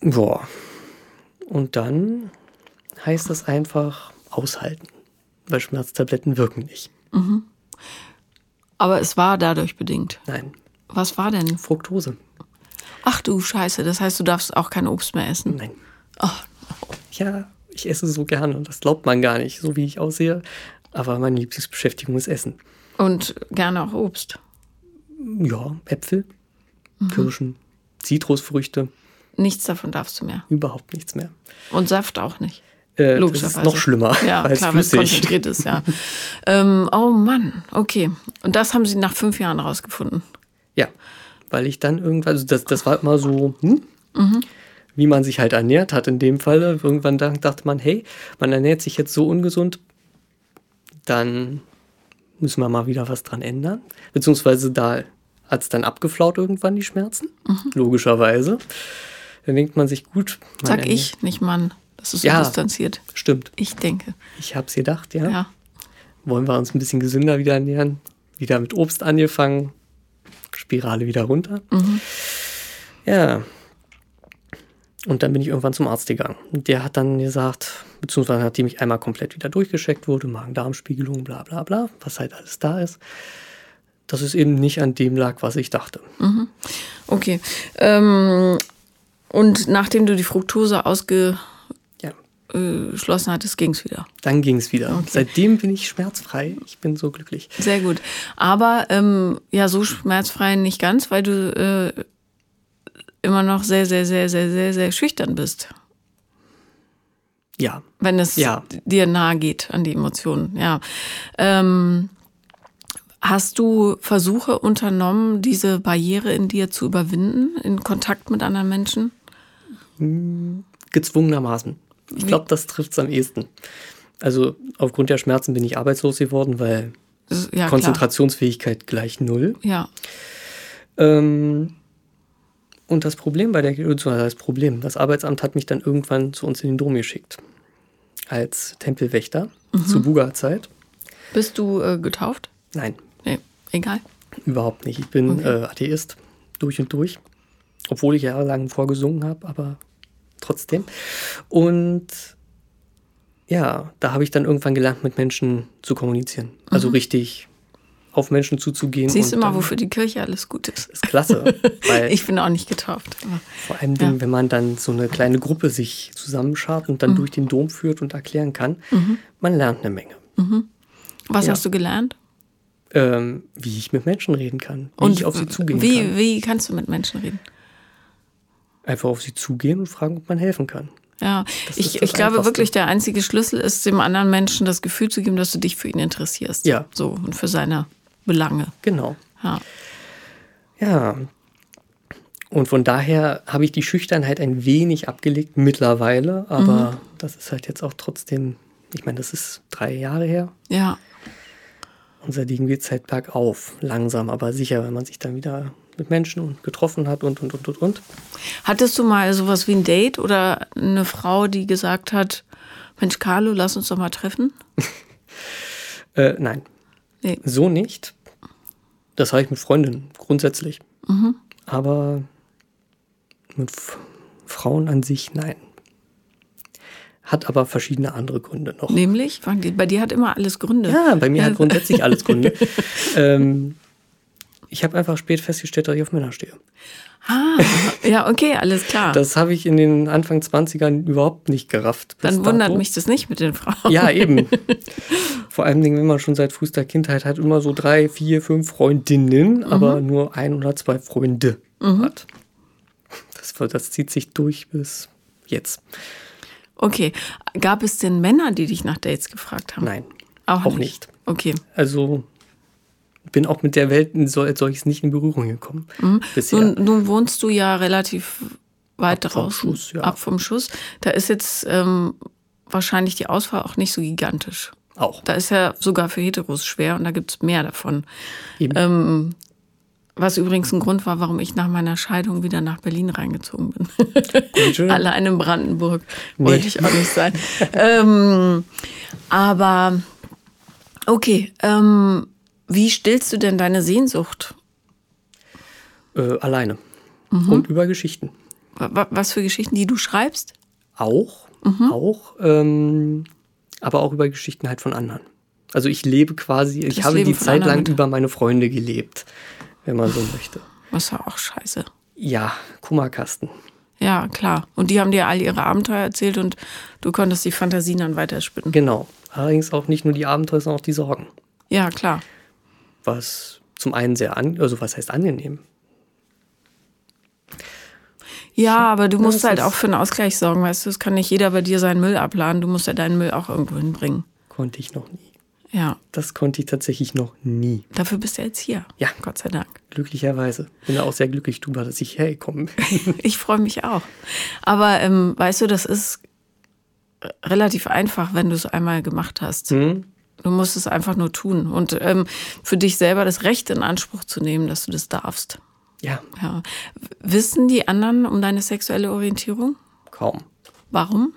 [SPEAKER 2] Boah. Und dann heißt das einfach aushalten. Weil Schmerztabletten wirken nicht.
[SPEAKER 1] Aber es war dadurch bedingt.
[SPEAKER 2] Nein,
[SPEAKER 1] Was war denn?
[SPEAKER 2] Fructose.
[SPEAKER 1] Ach du Scheiße, das heißt, du darfst auch kein Obst mehr essen. Oh,
[SPEAKER 2] Nein. Ja, ich esse so gerne und das glaubt man gar nicht, so wie ich aussehe. Aber meine Lieblingsbeschäftigung ist Essen.
[SPEAKER 1] Und gerne auch Obst.
[SPEAKER 2] ja, Äpfel,
[SPEAKER 1] Mhm.
[SPEAKER 2] Kirschen, Zitrusfrüchte,
[SPEAKER 1] Nichts davon darfst du mehr.
[SPEAKER 2] überhaupt nichts mehr.
[SPEAKER 1] Und Saft auch nicht.
[SPEAKER 2] Äh, das
[SPEAKER 1] Logischerweise.
[SPEAKER 2] ist noch schlimmer
[SPEAKER 1] Ja,
[SPEAKER 2] als
[SPEAKER 1] klar, weil es
[SPEAKER 2] flüssig.
[SPEAKER 1] konzentriert ist, ja. ähm, oh Mann, okay. Und das haben sie nach fünf Jahren rausgefunden.
[SPEAKER 2] Ja, weil ich dann irgendwann, also das, das war immer so, hm, wie man sich halt ernährt hat in dem Falle. Irgendwann da- dachte man, hey, man ernährt sich jetzt so ungesund, dann müssen wir mal wieder was dran ändern. Beziehungsweise da hat es dann abgeflaut irgendwann die Schmerzen,
[SPEAKER 1] Mhm.
[SPEAKER 2] logischerweise. Dann denkt man sich, gut, man
[SPEAKER 1] Sag
[SPEAKER 2] ernährt-
[SPEAKER 1] ich, nicht Mann. Das ist so
[SPEAKER 2] Ja.
[SPEAKER 1] distanziert.
[SPEAKER 2] Stimmt,
[SPEAKER 1] Ich denke.
[SPEAKER 2] ich hab's gedacht, ja.
[SPEAKER 1] Ja.
[SPEAKER 2] Wollen wir uns ein bisschen gesünder wieder ernähren? Wieder mit Obst angefangen, Spirale wieder runter. Ja. Und dann bin ich irgendwann zum Arzt gegangen. Und Der hat dann gesagt, beziehungsweise nachdem ich einmal komplett wieder durchgescheckt wurde, Magen-Darm-Spiegelung, bla bla bla, was halt alles da ist, dass es eben nicht an dem lag, was ich dachte.
[SPEAKER 1] Okay. Ähm, und nachdem du die Fructose ausgeschlossen
[SPEAKER 2] Ja.
[SPEAKER 1] hattest, ging es wieder.
[SPEAKER 2] Dann ging es wieder. Seitdem bin ich schmerzfrei. Ich bin so glücklich.
[SPEAKER 1] Sehr gut. Aber ähm, ja, so schmerzfrei nicht ganz, weil du äh, immer noch sehr, sehr, sehr, sehr, sehr, sehr schüchtern bist.
[SPEAKER 2] Ja.
[SPEAKER 1] wenn es
[SPEAKER 2] Ja.
[SPEAKER 1] dir nahe geht an die Emotionen. Ja. Ähm, hast du Versuche unternommen, diese Barriere in dir zu überwinden, in Kontakt mit anderen Menschen?
[SPEAKER 2] gezwungenermaßen. Ich glaube, das trifft es am ehesten. Also aufgrund der Schmerzen bin ich arbeitslos geworden, weil
[SPEAKER 1] Das ist- Ja,
[SPEAKER 2] Konzentrationsfähigkeit gleich null.
[SPEAKER 1] Klar. Ja.
[SPEAKER 2] Ähm, und das Problem bei der, beziehungsweise das Problem, das Arbeitsamt hat mich dann irgendwann zu uns in den Dom geschickt. Als Tempelwächter zu Buga-Zeit.
[SPEAKER 1] Bist du äh, getauft?
[SPEAKER 2] Nein,
[SPEAKER 1] Nee, egal.
[SPEAKER 2] überhaupt nicht. Ich bin äh, Atheist durch und durch. Obwohl ich jahrelang vorgesungen habe, aber trotzdem. Und ja, da habe ich dann irgendwann gelernt, mit Menschen zu kommunizieren. Also richtig auf Menschen zuzugehen.
[SPEAKER 1] Mhm. Siehst du
[SPEAKER 2] und
[SPEAKER 1] mal,
[SPEAKER 2] dann- Äh.
[SPEAKER 1] wofür die Kirche alles gut ist.
[SPEAKER 2] Ist klasse. Weil
[SPEAKER 1] Ich bin auch nicht getauft. aber-
[SPEAKER 2] vor allem, Dingen, wenn man dann so eine kleine Gruppe sich zusammenschart und
[SPEAKER 1] Mhm.
[SPEAKER 2] dann durch den Dom führt und erklären kann, man lernt eine Menge.
[SPEAKER 1] Was
[SPEAKER 2] Ja.
[SPEAKER 1] hast du gelernt?
[SPEAKER 2] Ähm, wie ich mit Menschen reden kann, wie ich auf sie zugehen
[SPEAKER 1] wie,
[SPEAKER 2] kann.
[SPEAKER 1] Wie kannst du mit Menschen reden?
[SPEAKER 2] Einfach auf sie zugehen und fragen, ob man helfen kann.
[SPEAKER 1] Ja,
[SPEAKER 2] ist
[SPEAKER 1] ich,
[SPEAKER 2] das
[SPEAKER 1] ich glaube
[SPEAKER 2] Einfachste.
[SPEAKER 1] wirklich, der einzige Schlüssel ist, dem anderen Menschen das Gefühl zu geben, dass du dich für ihn interessierst.
[SPEAKER 2] Ja.
[SPEAKER 1] So, und für seine Belange.
[SPEAKER 2] Genau.
[SPEAKER 1] Ja.
[SPEAKER 2] Ja. Und von daher habe ich die Schüchternheit ein wenig abgelegt mittlerweile, aber das ist halt jetzt auch trotzdem, ich meine, das ist drei Jahre her.
[SPEAKER 1] Ja.
[SPEAKER 2] Und seitdem geht es halt bergauf, langsam, aber sicher, wenn man sich dann wieder mit Menschen getroffen hat und und und und und.
[SPEAKER 1] Hattest du mal sowas wie ein Date oder eine Frau, die gesagt hat, Mensch, Carlo, lass uns doch mal treffen?
[SPEAKER 2] Äh, nein,
[SPEAKER 1] Nee.
[SPEAKER 2] so nicht. Das habe ich mit Freundinnen grundsätzlich. Aber mit F Frauen an sich nein. Hat aber verschiedene andere Gründe noch.
[SPEAKER 1] Nämlich? Weil die- Bei dir hat immer alles Gründe.
[SPEAKER 2] Ja, bei mir hat grundsätzlich alles Gründe. ähm, ich habe einfach spät festgestellt, dass ich auf Männer stehe.
[SPEAKER 1] Ah, ja, okay, alles klar.
[SPEAKER 2] Das habe ich in den Anfang 20ern überhaupt nicht gerafft. bis
[SPEAKER 1] Dann wundert
[SPEAKER 2] dato.
[SPEAKER 1] mich das nicht mit den Frauen.
[SPEAKER 2] Ja, eben. Vor allem, wenn man schon seit frühester Kindheit hat, immer so drei, vier, fünf Freundinnen,
[SPEAKER 1] Mhm.
[SPEAKER 2] aber nur ein oder zwei Freunde hat. Das, war- das zieht sich durch bis jetzt.
[SPEAKER 1] Okay, gab es denn Männer, die dich nach Dates gefragt haben?
[SPEAKER 2] Nein.
[SPEAKER 1] Auch, nicht.
[SPEAKER 2] auch nicht.
[SPEAKER 1] Okay.
[SPEAKER 2] Also bin auch mit der Welt in so, als solches nicht in Berührung gekommen. Bisher.
[SPEAKER 1] Mhm. Nun, nun wohnst du ja relativ weit
[SPEAKER 2] Ab vom
[SPEAKER 1] draußen,
[SPEAKER 2] Schuss, ja.
[SPEAKER 1] ab vom Schuss. Da ist jetzt ähm, wahrscheinlich die Auswahl auch nicht so gigantisch.
[SPEAKER 2] auch.
[SPEAKER 1] Da ist ja sogar für Heteros schwer und da gibt's mehr davon.
[SPEAKER 2] Eben.
[SPEAKER 1] Ähm, was übrigens ein Grund war, warum ich nach meiner Scheidung wieder nach Berlin reingezogen bin.
[SPEAKER 2] Gute-
[SPEAKER 1] Allein in Brandenburg
[SPEAKER 2] Nee.
[SPEAKER 1] wollte ich auch nicht sein. ähm, aber okay, ähm, wie stillst du denn deine Sehnsucht?
[SPEAKER 2] Äh, alleine.
[SPEAKER 1] Mhm.
[SPEAKER 2] Und über Geschichten.
[SPEAKER 1] Wa- wa- Was für Geschichten, die du schreibst?
[SPEAKER 2] Auch,
[SPEAKER 1] Mhm.
[SPEAKER 2] auch, ähm, aber auch über Geschichten halt von anderen. Also ich lebe quasi, ich
[SPEAKER 1] Das
[SPEAKER 2] habe
[SPEAKER 1] Leben
[SPEAKER 2] die
[SPEAKER 1] von
[SPEAKER 2] Zeit
[SPEAKER 1] anderen
[SPEAKER 2] lang
[SPEAKER 1] mit.
[SPEAKER 2] über meine Freunde gelebt, wenn man so möchte.
[SPEAKER 1] Was ja auch scheiße.
[SPEAKER 2] Ja, Kummerkasten.
[SPEAKER 1] Ja, klar. Und die haben dir all ihre Abenteuer erzählt und du konntest die Fantasien dann weiterspinnen.
[SPEAKER 2] Genau. Allerdings auch nicht nur die Abenteuer, sondern auch die Sorgen.
[SPEAKER 1] Ja, klar.
[SPEAKER 2] Was zum einen sehr an, also was heißt angenehm?
[SPEAKER 1] Ja, aber du
[SPEAKER 2] Ja,
[SPEAKER 1] musst
[SPEAKER 2] das
[SPEAKER 1] halt
[SPEAKER 2] ist-
[SPEAKER 1] auch für einen Ausgleich sorgen, weißt du? Es kann nicht jeder bei dir seinen Müll abladen. Du musst ja deinen Müll auch irgendwo hinbringen.
[SPEAKER 2] Konnte ich noch nie.
[SPEAKER 1] Ja,
[SPEAKER 2] Das konnte ich tatsächlich noch nie.
[SPEAKER 1] dafür bist du jetzt hier.
[SPEAKER 2] Ja.
[SPEAKER 1] Gott sei Dank.
[SPEAKER 2] Glücklicherweise. Bin da auch sehr glücklich drüber, dass ich hergekommen bin.
[SPEAKER 1] Ich freue mich auch. Aber ähm, weißt du, das ist relativ einfach, wenn du es einmal gemacht hast. Du musst es einfach nur tun und ähm, für dich selber das Recht in Anspruch zu nehmen, dass du das darfst.
[SPEAKER 2] Ja,
[SPEAKER 1] Ja. W- Wissen die anderen um deine sexuelle Orientierung?
[SPEAKER 2] kaum.
[SPEAKER 1] Warum?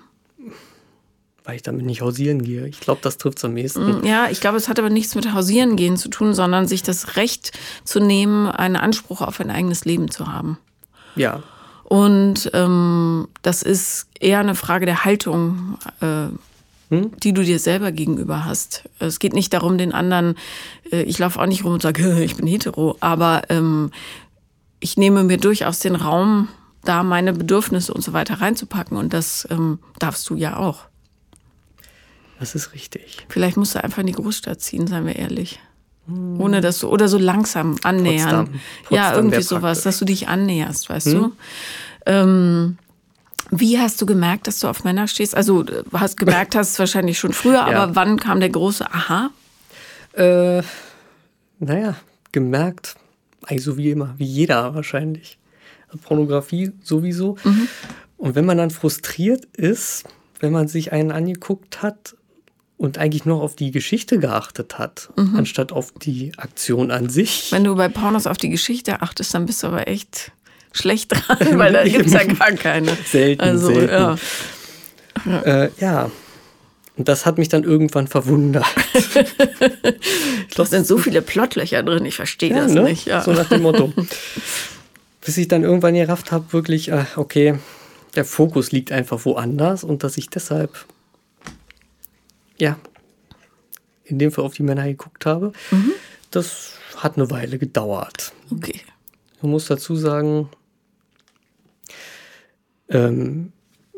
[SPEAKER 2] Weil ich damit nicht hausieren gehe. Ich glaube, das trifft am ehesten.
[SPEAKER 1] Hm, Ja, ich glaube, es hat aber nichts mit Hausieren gehen zu tun, sondern sich das Recht zu nehmen, einen Anspruch auf ein eigenes Leben zu haben.
[SPEAKER 2] Ja,
[SPEAKER 1] Und ähm, das ist eher eine Frage der Haltung, äh, die du dir selber gegenüber hast. Es geht nicht darum, den anderen, äh, ich laufe auch nicht rum und sage, ich bin hetero, aber ähm, ich nehme mir durchaus den Raum, da meine Bedürfnisse und so weiter reinzupacken. Und das ähm, darfst du ja auch.
[SPEAKER 2] das ist richtig.
[SPEAKER 1] Vielleicht musst du einfach in die Großstadt ziehen, seien wir ehrlich. Ohne dass du, oder so langsam annähern.
[SPEAKER 2] Potsdam.
[SPEAKER 1] ja,
[SPEAKER 2] Potsdam
[SPEAKER 1] irgendwie
[SPEAKER 2] wär
[SPEAKER 1] sowas,
[SPEAKER 2] praktisch. Hm?
[SPEAKER 1] dass du dich annäherst, weißt du? Ähm, wie hast du gemerkt, dass du auf Männer stehst? Also, du hast gemerkt, hast es wahrscheinlich schon früher, aber wann kam der große Aha?
[SPEAKER 2] Äh, naja, gemerkt. Eigentlich so wie immer, wie jeder wahrscheinlich. Pornografie sowieso. Und wenn man dann frustriert ist, wenn man sich einen angeguckt hat und eigentlich nur auf die Geschichte geachtet hat, anstatt auf die Aktion an sich.
[SPEAKER 1] Wenn du bei Pornos auf die Geschichte achtest, dann bist du aber echt schlecht dran, weil da gibt's ja gar keine.
[SPEAKER 2] Selten,
[SPEAKER 1] Also,
[SPEAKER 2] selten.
[SPEAKER 1] ja.
[SPEAKER 2] Äh, ja. Und das hat mich dann irgendwann verwundert.
[SPEAKER 1] Da sind so viele Plottlöcher drin, ich verstehe das
[SPEAKER 2] ne?
[SPEAKER 1] nicht. Ja.
[SPEAKER 2] So nach dem Motto. Bis ich dann irgendwann gerafft habe, wirklich, ah, okay, der Fokus liegt einfach woanders und dass ich deshalb, ja, in dem Fall auf die Männer geguckt habe,
[SPEAKER 1] Mhm.
[SPEAKER 2] das hat eine Weile gedauert.
[SPEAKER 1] Okay.
[SPEAKER 2] Man muss dazu sagen, ähm,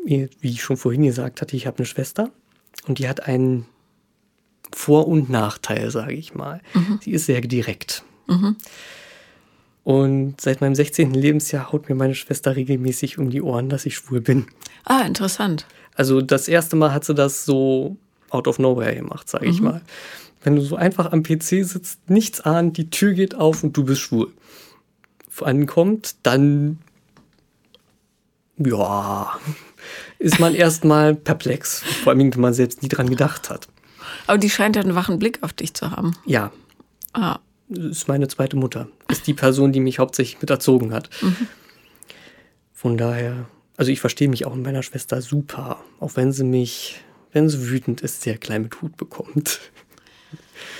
[SPEAKER 2] wie wie ich schon vorhin gesagt hatte, ich habe eine Schwester und die hat einen Vor- und Nachteil, sage ich mal. Sie ist sehr direkt. Und seit meinem 16. Lebensjahr haut mir meine Schwester regelmäßig um die Ohren, dass ich schwul bin.
[SPEAKER 1] Ah, interessant.
[SPEAKER 2] Also das erste Mal hat sie das so out of nowhere gemacht, sage ich mal. Wenn du so einfach am PC sitzt, nichts ahnt, die Tür geht auf und du bist schwul. Ankommt, dann ja, ist man erstmal perplex. Vor allem, wenn man selbst nie dran gedacht hat.
[SPEAKER 1] Aber die scheint ja einen wachen Blick auf dich zu haben.
[SPEAKER 2] Ja,
[SPEAKER 1] Ah,
[SPEAKER 2] ist meine zweite Mutter. Ist die Person, die mich hauptsächlich mit erzogen hat. Von daher, also ich verstehe mich auch mit meiner Schwester super, auch wenn sie mich, wenn sie wütend ist, sehr klein mit Hut bekommt.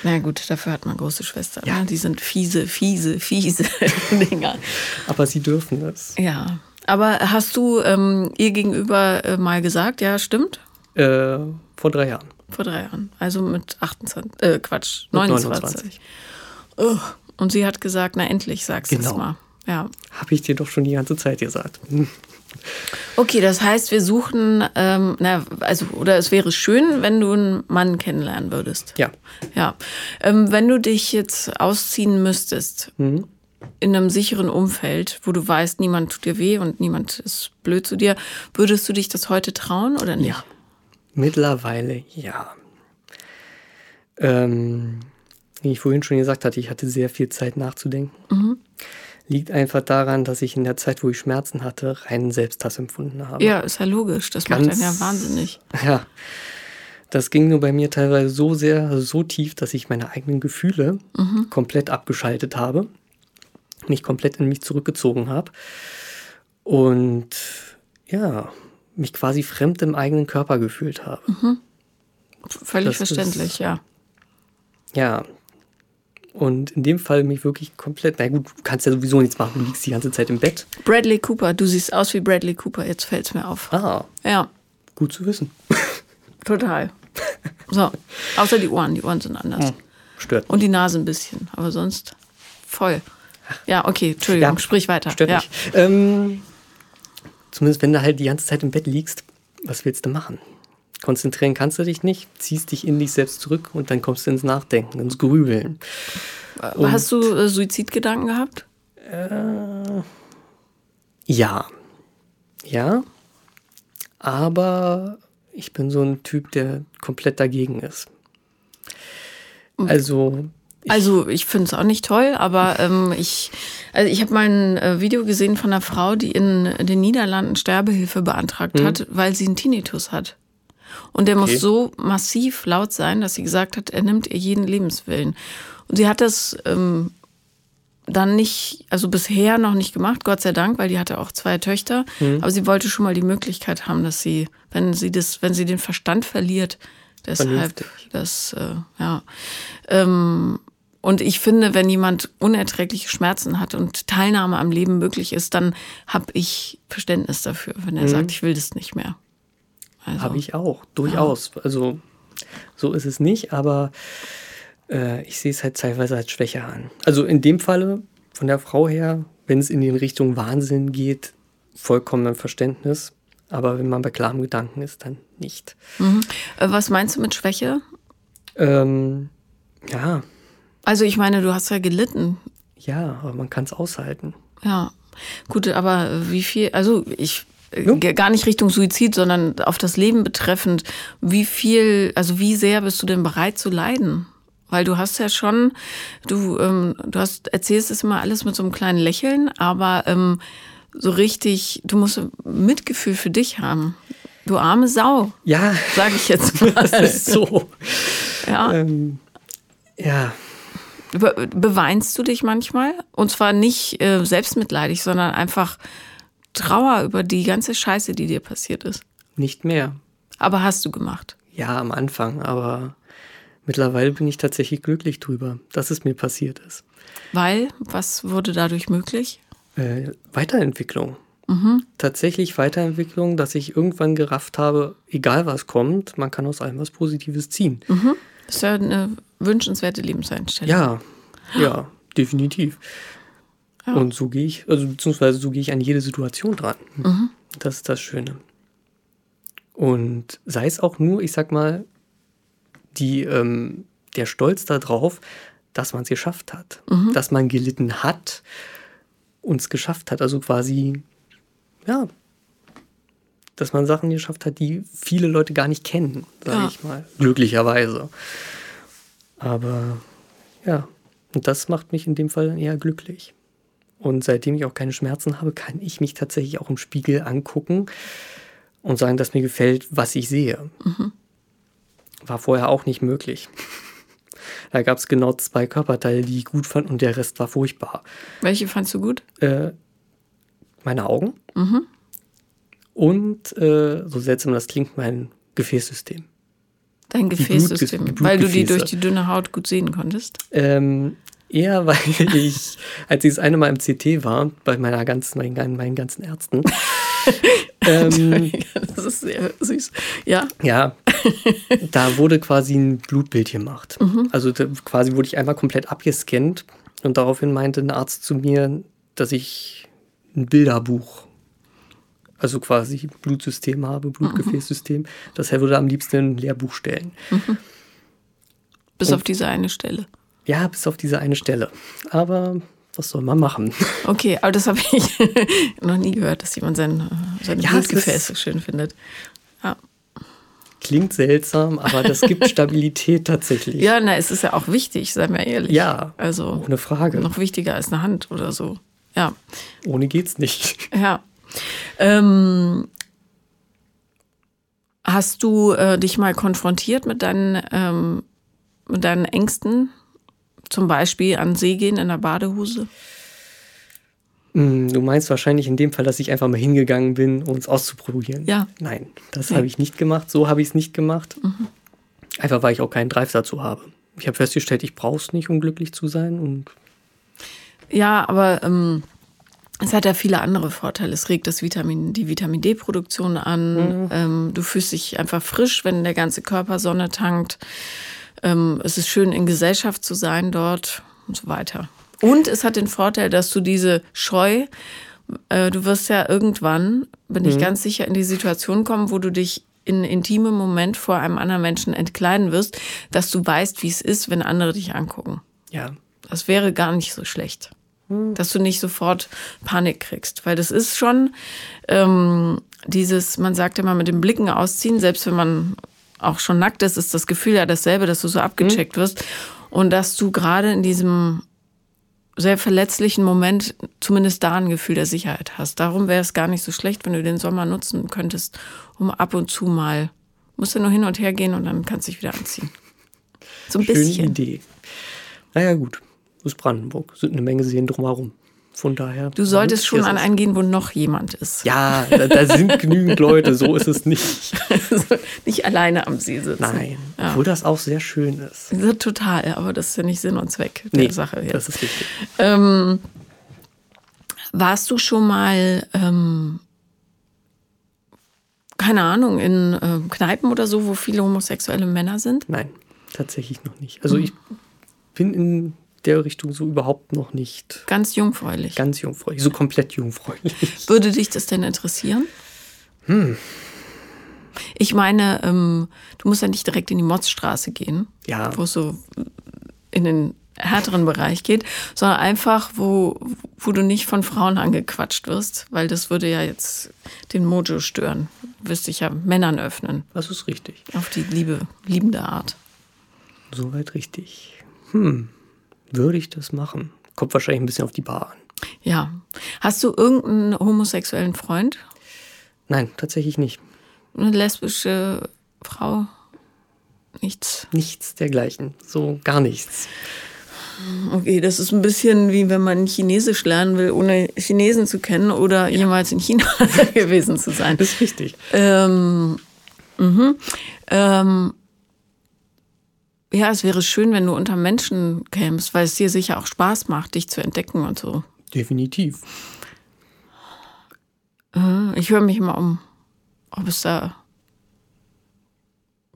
[SPEAKER 1] na gut, dafür hat man große Schwestern. Ne? Die sind fiese, fiese, fiese Dinger.
[SPEAKER 2] Aber sie dürfen es.
[SPEAKER 1] Ja. Aber hast du ähm, ihr gegenüber äh, mal gesagt, ja, stimmt?
[SPEAKER 2] Äh, vor drei Jahren.
[SPEAKER 1] Vor drei Jahren. Also mit 28, äh, Quatsch,
[SPEAKER 2] Mit
[SPEAKER 1] 29. Ugh. Und sie hat gesagt, na endlich, sagst du es
[SPEAKER 2] Genau.
[SPEAKER 1] mal. Ja.
[SPEAKER 2] Habe ich dir doch schon die ganze Zeit gesagt. Hm.
[SPEAKER 1] Okay, das heißt, wir suchen, ähm, na, also, oder es wäre schön, wenn du einen Mann kennenlernen würdest.
[SPEAKER 2] Ja.
[SPEAKER 1] Ja. Ähm, wenn du dich jetzt ausziehen müsstest,
[SPEAKER 2] Mhm.
[SPEAKER 1] in einem sicheren Umfeld, wo du weißt, niemand tut dir weh und niemand ist blöd zu dir, würdest du dich das heute trauen oder nicht?
[SPEAKER 2] Ja. Mittlerweile ja. Ähm, wie ich vorhin schon gesagt hatte, ich hatte sehr viel Zeit nachzudenken.
[SPEAKER 1] Mhm.
[SPEAKER 2] Liegt einfach daran, dass ich in der Zeit, wo ich Schmerzen hatte, reinen Selbsthass empfunden habe.
[SPEAKER 1] Ja, ist ja logisch. Das macht einen ja wahnsinnig.
[SPEAKER 2] Ja. Das ging nur bei mir teilweise so sehr, also so tief, dass ich meine eigenen Gefühle
[SPEAKER 1] Mhm.
[SPEAKER 2] komplett abgeschaltet habe, mich komplett in mich zurückgezogen habe und ja, mich quasi fremd im eigenen Körper gefühlt habe.
[SPEAKER 1] Völlig
[SPEAKER 2] Das ist-
[SPEAKER 1] verständlich, ja.
[SPEAKER 2] Ja. Und in dem Fall mich wirklich komplett, na gut, du kannst ja sowieso nichts machen, du liegst die ganze Zeit im Bett.
[SPEAKER 1] Bradley Cooper, du siehst aus wie Bradley Cooper, jetzt fällt's mir auf.
[SPEAKER 2] Ah,
[SPEAKER 1] Ja,
[SPEAKER 2] gut zu wissen.
[SPEAKER 1] total. So, außer die Ohren, die Ohren sind anders.
[SPEAKER 2] Stört.
[SPEAKER 1] Hm. Und die Nase ein bisschen, aber sonst voll. Ja, okay, Entschuldigung,
[SPEAKER 2] Ja,
[SPEAKER 1] sprich weiter.
[SPEAKER 2] Stört
[SPEAKER 1] ja.
[SPEAKER 2] mich. Ähm, zumindest wenn du halt die ganze Zeit im Bett liegst, was willst du machen? Konzentrieren kannst du dich nicht, ziehst dich in dich selbst zurück und dann kommst du ins Nachdenken, ins Grübeln. Und-
[SPEAKER 1] Hast du äh, Suizidgedanken gehabt?
[SPEAKER 2] Ja. Ja. Aber ich bin so ein Typ, der komplett dagegen ist. Also,
[SPEAKER 1] Also ich finde es auch nicht toll, aber ähm, ich, also ich habe mal ein äh, Video gesehen von einer Frau, die in den Niederlanden Sterbehilfe beantragt hat, weil sie einen Tinnitus hat. Und der
[SPEAKER 2] Okay.
[SPEAKER 1] muss so massiv laut sein, dass sie gesagt hat, er nimmt ihr jeden Lebenswillen. Und sie hat das ähm, dann nicht, also bisher noch nicht gemacht, Gott sei Dank, weil die hatte auch zwei Töchter.
[SPEAKER 2] Mhm.
[SPEAKER 1] Aber sie wollte schon mal die Möglichkeit haben, dass sie, wenn sie das, wenn sie den Verstand verliert, deshalb
[SPEAKER 2] Vernünftig.
[SPEAKER 1] das, äh, ja. Ähm, und ich finde, wenn jemand unerträgliche Schmerzen hat und Teilnahme am Leben möglich ist, dann habe ich Verständnis dafür, wenn er
[SPEAKER 2] Mhm.
[SPEAKER 1] sagt, ich will das nicht mehr. Also,
[SPEAKER 2] Habe ich auch, durchaus. Also so ist es nicht, aber äh, ich sehe es halt teilweise als Schwäche an. Also in dem Falle von der Frau her, wenn es in die Richtung Wahnsinn geht, vollkommen Verständnis. Aber wenn man bei klarem Gedanken ist, dann nicht.
[SPEAKER 1] Äh, was meinst du mit Schwäche?
[SPEAKER 2] Ähm, ja,
[SPEAKER 1] Also ich meine, du hast ja gelitten
[SPEAKER 2] ja, aber man kann es aushalten.
[SPEAKER 1] Ja, gut, aber wie viel, also ich äh,
[SPEAKER 2] Ja.
[SPEAKER 1] g- gar nicht Richtung Suizid, sondern auf das Leben betreffend, wie viel, also wie sehr bist du denn bereit zu leiden? Weil du hast ja schon, du, ähm, du hast, erzählst es immer alles mit so einem kleinen Lächeln, aber ähm, so richtig, du musst Mitgefühl für dich haben. Du arme Sau,
[SPEAKER 2] Ja,
[SPEAKER 1] sage ich jetzt mal.
[SPEAKER 2] so.
[SPEAKER 1] ja.
[SPEAKER 2] Ähm, ja,
[SPEAKER 1] Be beweinst du dich manchmal? Und zwar nicht äh, selbstmitleidig, sondern einfach Trauer über die ganze Scheiße, die dir passiert ist.
[SPEAKER 2] nicht mehr.
[SPEAKER 1] Aber hast du gemacht.
[SPEAKER 2] Ja, am Anfang, aber mittlerweile bin ich tatsächlich glücklich drüber, dass es mir passiert ist.
[SPEAKER 1] Weil, was wurde dadurch möglich?
[SPEAKER 2] Äh, Weiterentwicklung. Mhm. Tatsächlich Weiterentwicklung, dass ich irgendwann gerafft habe, egal was kommt, man kann aus allem was Positives ziehen.
[SPEAKER 1] Das ist ja eine wünschenswerte Lebenseinstellung.
[SPEAKER 2] Ja, ja, definitiv. Und so gehe ich, also beziehungsweise so gehe ich an jede Situation dran. Das ist das Schöne. Und sei es auch nur, ich sag mal, die, ähm, der Stolz darauf, dass man es geschafft hat, dass man gelitten hat und es geschafft hat. Also quasi, ja, dass man Sachen geschafft hat, die viele Leute gar nicht kennen, sage
[SPEAKER 1] Ja.
[SPEAKER 2] ich mal. Glücklicherweise. Aber ja, und das macht mich in dem Fall dann eher glücklich. Und seitdem ich auch keine Schmerzen habe, kann ich mich tatsächlich auch im Spiegel angucken und sagen, dass mir gefällt, was ich sehe. War vorher auch nicht möglich. Da gab es genau zwei Körperteile, die ich gut fand und der Rest war furchtbar.
[SPEAKER 1] Welche fandst du gut?
[SPEAKER 2] Äh, meine Augen und, äh, so seltsam das klingt, mein Gefäßsystem.
[SPEAKER 1] Dein
[SPEAKER 2] Blutges-
[SPEAKER 1] Gefäßsystem.
[SPEAKER 2] die
[SPEAKER 1] weil du die
[SPEAKER 2] Blutgefäße.
[SPEAKER 1] durch die dünne Haut gut sehen konntest.
[SPEAKER 2] Ähm, eher, weil ich, als ich das eine Mal im CT war, bei meiner ganzen, meinen, meinen ganzen Ärzten. ähm,
[SPEAKER 1] Das ist sehr süß. Ja.
[SPEAKER 2] ja, da wurde quasi ein Blutbild gemacht. Also da, quasi wurde ich einmal komplett abgescannt und daraufhin meinte ein Arzt zu mir, dass ich ein Bilderbuch, also quasi Blutsystem habe, Blutgefäßsystem. Das würde er am liebsten in ein Lehrbuch stellen.
[SPEAKER 1] Bis
[SPEAKER 2] Oh.
[SPEAKER 1] auf diese eine Stelle.
[SPEAKER 2] Ja, bis auf diese eine Stelle. Aber was soll man machen?
[SPEAKER 1] Okay, aber das habe ich noch nie gehört, dass jemand sein, äh, seine
[SPEAKER 2] Ja, es ist-
[SPEAKER 1] Blutgefäße schön findet. Ja.
[SPEAKER 2] Klingt seltsam, aber das gibt Stabilität tatsächlich.
[SPEAKER 1] Ja, na, es ist ja auch wichtig, seien wir ehrlich.
[SPEAKER 2] Ja,
[SPEAKER 1] Also
[SPEAKER 2] ohne Frage.
[SPEAKER 1] noch wichtiger als eine Hand oder so. Ja,
[SPEAKER 2] Ohne geht's nicht.
[SPEAKER 1] ja. Ähm, hast du äh, dich mal konfrontiert mit deinen, ähm, mit deinen Ängsten? Zum Beispiel an See gehen in der Badehose?
[SPEAKER 2] Hm, Du meinst wahrscheinlich in dem Fall, dass ich einfach mal hingegangen bin, um es auszuprobieren.
[SPEAKER 1] Ja.
[SPEAKER 2] Nein, das
[SPEAKER 1] Nee. Mhm.
[SPEAKER 2] habe ich nicht gemacht. So habe ich es nicht gemacht. Einfach weil ich auch keinen Drive dazu habe. Ich habe festgestellt, ich brauche es nicht, um glücklich zu sein. Und
[SPEAKER 1] Ja, aber ähm, es hat ja viele andere Vorteile. Es regt das Vitamin, die Vitamin D-Produktion an. Ähm, du fühlst dich einfach frisch, wenn der ganze Körper Sonne tankt. Ähm, es ist schön, in Gesellschaft zu sein dort und so weiter. Und es hat den Vorteil, dass du diese Scheu, äh, du wirst ja irgendwann, bin ich ganz sicher, in die Situation kommen, wo du dich in intimem Moment vor einem anderen Menschen entkleiden wirst, dass du weißt, wie es ist, wenn andere dich angucken.
[SPEAKER 2] ja,
[SPEAKER 1] Das wäre gar nicht so schlecht. Dass du nicht sofort Panik kriegst. Weil das ist schon ähm, dieses, man sagt immer, mit den Blicken ausziehen, selbst wenn man auch schon nackt ist, ist das Gefühl ja dasselbe, dass du so abgecheckt wirst. Und dass du gerade in diesem sehr verletzlichen Moment zumindest da ein Gefühl der Sicherheit hast. Darum wäre es gar nicht so schlecht, wenn du den Sommer nutzen könntest, um ab und zu mal, musst du nur hin und her gehen und dann kannst du dich wieder anziehen. So ein
[SPEAKER 2] Schöne
[SPEAKER 1] bisschen.
[SPEAKER 2] Idee. Naja, gut. Ist Brandenburg. Sind eine Menge Seen drumherum. Von daher.
[SPEAKER 1] Du solltest schon an
[SPEAKER 2] einen.
[SPEAKER 1] einen gehen, wo noch jemand ist.
[SPEAKER 2] Ja, da, da sind genügend Leute. So ist es nicht.
[SPEAKER 1] nicht alleine am See sitzen.
[SPEAKER 2] Nein.
[SPEAKER 1] Ja.
[SPEAKER 2] Obwohl das auch sehr schön ist.
[SPEAKER 1] Ja, Total, aber das ist ja nicht Sinn und Zweck der Sache jetzt.
[SPEAKER 2] das ist richtig.
[SPEAKER 1] Ähm, warst du schon mal, ähm, keine Ahnung, in ähm, Kneipen oder so, wo viele homosexuelle Männer sind?
[SPEAKER 2] Nein, tatsächlich noch nicht. Also ich bin in der Richtung so überhaupt noch nicht
[SPEAKER 1] Ganz jungfräulich.
[SPEAKER 2] ganz jungfräulich. So komplett jungfräulich.
[SPEAKER 1] Würde dich das denn interessieren? Ich meine, ähm, du musst ja nicht direkt in die Motzstraße gehen,
[SPEAKER 2] Ja.
[SPEAKER 1] wo es so in den härteren Bereich geht, sondern einfach, wo, wo du nicht von Frauen angequatscht wirst, weil das würde ja jetzt den Mojo stören. Du wirst dich ja Männern öffnen,
[SPEAKER 2] Das ist richtig.
[SPEAKER 1] auf die liebe, liebende Art.
[SPEAKER 2] Soweit richtig. Hm, würde ich das machen? Kommt wahrscheinlich ein bisschen auf die Bar an.
[SPEAKER 1] Ja. Hast du irgendeinen homosexuellen Freund?
[SPEAKER 2] Nein, tatsächlich nicht.
[SPEAKER 1] Eine lesbische Frau? Nichts.
[SPEAKER 2] Nichts dergleichen. So gar nichts.
[SPEAKER 1] Okay, das ist ein bisschen wie wenn man Chinesisch lernen will, ohne Chinesen zu kennen oder jemals in China gewesen zu sein.
[SPEAKER 2] Das ist richtig.
[SPEAKER 1] Ähm, mhm. ähm, ja, es wäre schön, wenn du unter Menschen kämst, weil es dir sicher auch Spaß macht, dich zu entdecken und so.
[SPEAKER 2] Definitiv.
[SPEAKER 1] Mhm. Ich höre mich immer um, ob es da,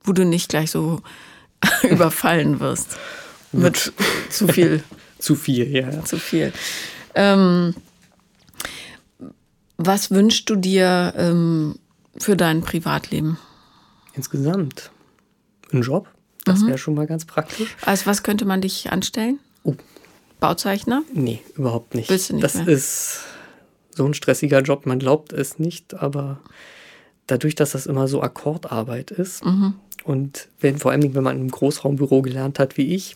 [SPEAKER 1] wo du nicht gleich so überfallen wirst mit zu viel
[SPEAKER 2] Zu viel, ja. ja.
[SPEAKER 1] zu viel. Ähm, was wünschst du dir ähm, für dein Privatleben?
[SPEAKER 2] Insgesamt. Ein Job? Das wäre schon mal ganz praktisch.
[SPEAKER 1] Also was könnte man dich anstellen?
[SPEAKER 2] Oh.
[SPEAKER 1] Bauzeichner?
[SPEAKER 2] Nee, überhaupt nicht.
[SPEAKER 1] Willst du nicht
[SPEAKER 2] das
[SPEAKER 1] mehr?
[SPEAKER 2] ist so ein stressiger Job, man glaubt es nicht, aber dadurch, dass das immer so Akkordarbeit ist
[SPEAKER 1] Mhm.
[SPEAKER 2] und wenn, vor allem, wenn man im Großraumbüro gelernt hat wie ich,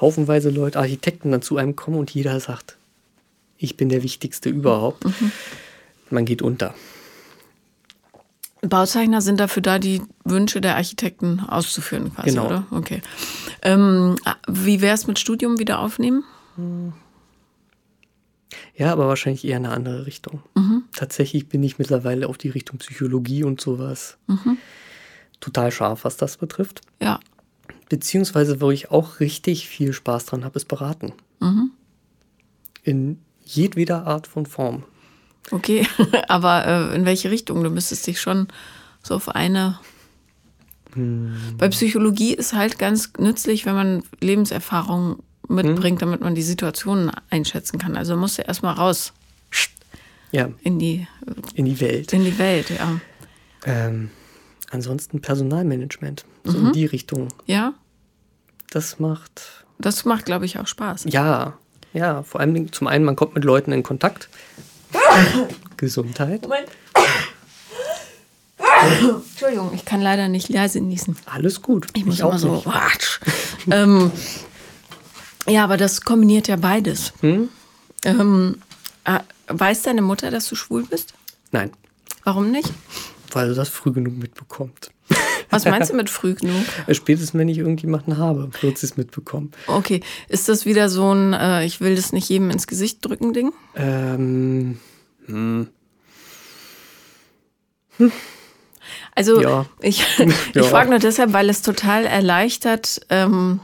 [SPEAKER 2] haufenweise Leute, Architekten dann zu einem kommen und jeder sagt, ich bin der Wichtigste überhaupt.
[SPEAKER 1] Mhm.
[SPEAKER 2] Man geht unter.
[SPEAKER 1] Bauzeichner sind dafür da, die Wünsche der Architekten auszuführen, quasi,
[SPEAKER 2] Genau.
[SPEAKER 1] oder? Okay. Ähm, wie wäre es mit Studium wieder aufnehmen?
[SPEAKER 2] Ja, aber wahrscheinlich eher eine andere Richtung.
[SPEAKER 1] Mhm.
[SPEAKER 2] Tatsächlich bin ich mittlerweile auf die Richtung Psychologie und sowas
[SPEAKER 1] Mhm.
[SPEAKER 2] total scharf, was das betrifft.
[SPEAKER 1] Ja.
[SPEAKER 2] Beziehungsweise, wo ich auch richtig viel Spaß dran habe, ist beraten.
[SPEAKER 1] Mhm.
[SPEAKER 2] In jedweder Art von Form.
[SPEAKER 1] Okay. Aber äh, in welche Richtung? Du müsstest dich schon so auf eine. Bei Psychologie ist halt ganz nützlich, wenn man Lebenserfahrung mitbringt, damit man die Situationen einschätzen kann. Also musst du erstmal raus
[SPEAKER 2] Ja,
[SPEAKER 1] in die,
[SPEAKER 2] in die Welt.
[SPEAKER 1] in die Welt, ja.
[SPEAKER 2] Ähm, ansonsten Personalmanagement. So
[SPEAKER 1] Mhm.
[SPEAKER 2] in die Richtung.
[SPEAKER 1] Ja,
[SPEAKER 2] Das macht,
[SPEAKER 1] das macht, glaube ich, auch Spaß.
[SPEAKER 2] ja, ja, vor allem zum einen, man kommt mit Leuten in Kontakt. Gesundheit.
[SPEAKER 1] Moment. Entschuldigung, ich kann leider nicht leise niesen.
[SPEAKER 2] Alles gut.
[SPEAKER 1] Ich muss immer so. Watsch. ähm, ja, aber das kombiniert ja beides. Ähm, äh, weiß deine Mutter, dass du schwul bist?
[SPEAKER 2] Nein,
[SPEAKER 1] Warum nicht?
[SPEAKER 2] weil du das früh genug mitbekommt. Äh,
[SPEAKER 1] Was meinst du mit früh genug?
[SPEAKER 2] Spätestens, wenn ich irgendjemanden habe, wird sie es mitbekommen.
[SPEAKER 1] Okay, ist das wieder so ein äh, Ich will das nicht jedem ins Gesicht drücken Ding?
[SPEAKER 2] Ähm,
[SPEAKER 1] Also
[SPEAKER 2] Ja.
[SPEAKER 1] ich,
[SPEAKER 2] Ja.
[SPEAKER 1] ich frage nur deshalb, weil es total erleichtert, ähm,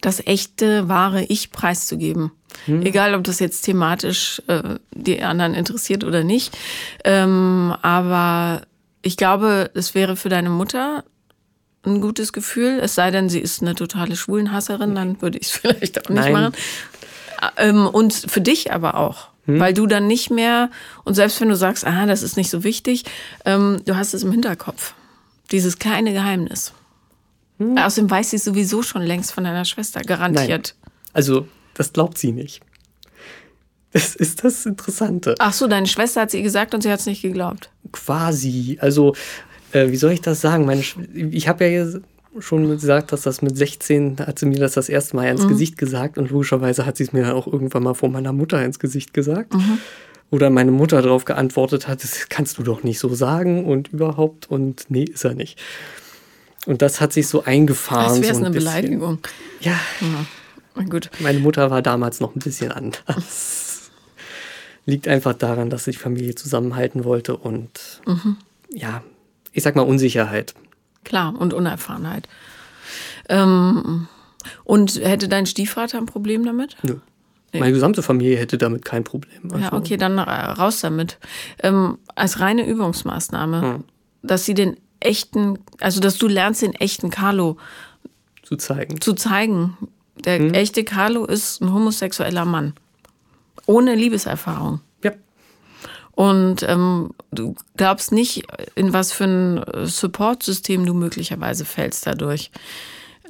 [SPEAKER 1] das echte, wahre Ich preiszugeben.
[SPEAKER 2] Hm.
[SPEAKER 1] Egal, ob das jetzt thematisch äh, die anderen interessiert oder nicht. Ähm, aber ich glaube, es wäre für deine Mutter ein gutes Gefühl. Es sei denn, sie ist eine totale Schwulenhasserin, dann würde ich es vielleicht auch nicht
[SPEAKER 2] Nein.
[SPEAKER 1] machen. Ähm, und für dich aber auch.
[SPEAKER 2] Hm?
[SPEAKER 1] Weil du dann nicht mehr, und selbst wenn du sagst, aha, das ist nicht so wichtig, ähm, du hast es im Hinterkopf. Dieses
[SPEAKER 2] Hm.
[SPEAKER 1] kleine Geheimnis. Außerdem weiß sie es sowieso schon längst von deiner Schwester, garantiert.
[SPEAKER 2] Also, das glaubt sie nicht. Das ist das Interessante.
[SPEAKER 1] Ach so, deine Schwester hat sie gesagt und sie hat es nicht geglaubt.
[SPEAKER 2] Quasi. Also, äh, wie soll ich das sagen? Meine Sch ich habe ja jetzt schon gesagt, dass das mit 16 hat sie mir das das erste Mal
[SPEAKER 1] Mhm.
[SPEAKER 2] ins Gesicht gesagt und logischerweise hat sie es mir dann auch irgendwann mal vor meiner Mutter ins Gesicht gesagt.
[SPEAKER 1] Mhm.
[SPEAKER 2] Oder meine Mutter darauf geantwortet hat, das kannst du doch nicht so sagen und überhaupt und nee, ist er nicht. Und das hat sich so eingefahren.
[SPEAKER 1] Als wäre es
[SPEAKER 2] Ah, so ein
[SPEAKER 1] eine
[SPEAKER 2] bisschen.
[SPEAKER 1] Beleidigung.
[SPEAKER 2] Ja,
[SPEAKER 1] Na Gut.
[SPEAKER 2] meine Mutter war damals noch ein bisschen anders. Liegt einfach daran, dass ich Familie zusammenhalten wollte und
[SPEAKER 1] Mhm.
[SPEAKER 2] ja, ich sag mal Unsicherheit.
[SPEAKER 1] Klar, und Unerfahrenheit. Ähm, und hätte dein Stiefvater ein Problem damit?
[SPEAKER 2] Nö. Meine gesamte Familie hätte damit kein Problem.
[SPEAKER 1] Ja, okay, dann ra- raus damit. Ähm, als reine Übungsmaßnahme, dass sie den echten, also dass du lernst, den echten Carlo
[SPEAKER 2] Zu zeigen.
[SPEAKER 1] zu zeigen. Der echte Carlo ist ein homosexueller Mann. Ohne Liebeserfahrung.
[SPEAKER 2] Ja,
[SPEAKER 1] Und ähm, du glaubst nicht, in was für ein äh, Support-System du möglicherweise fällst dadurch.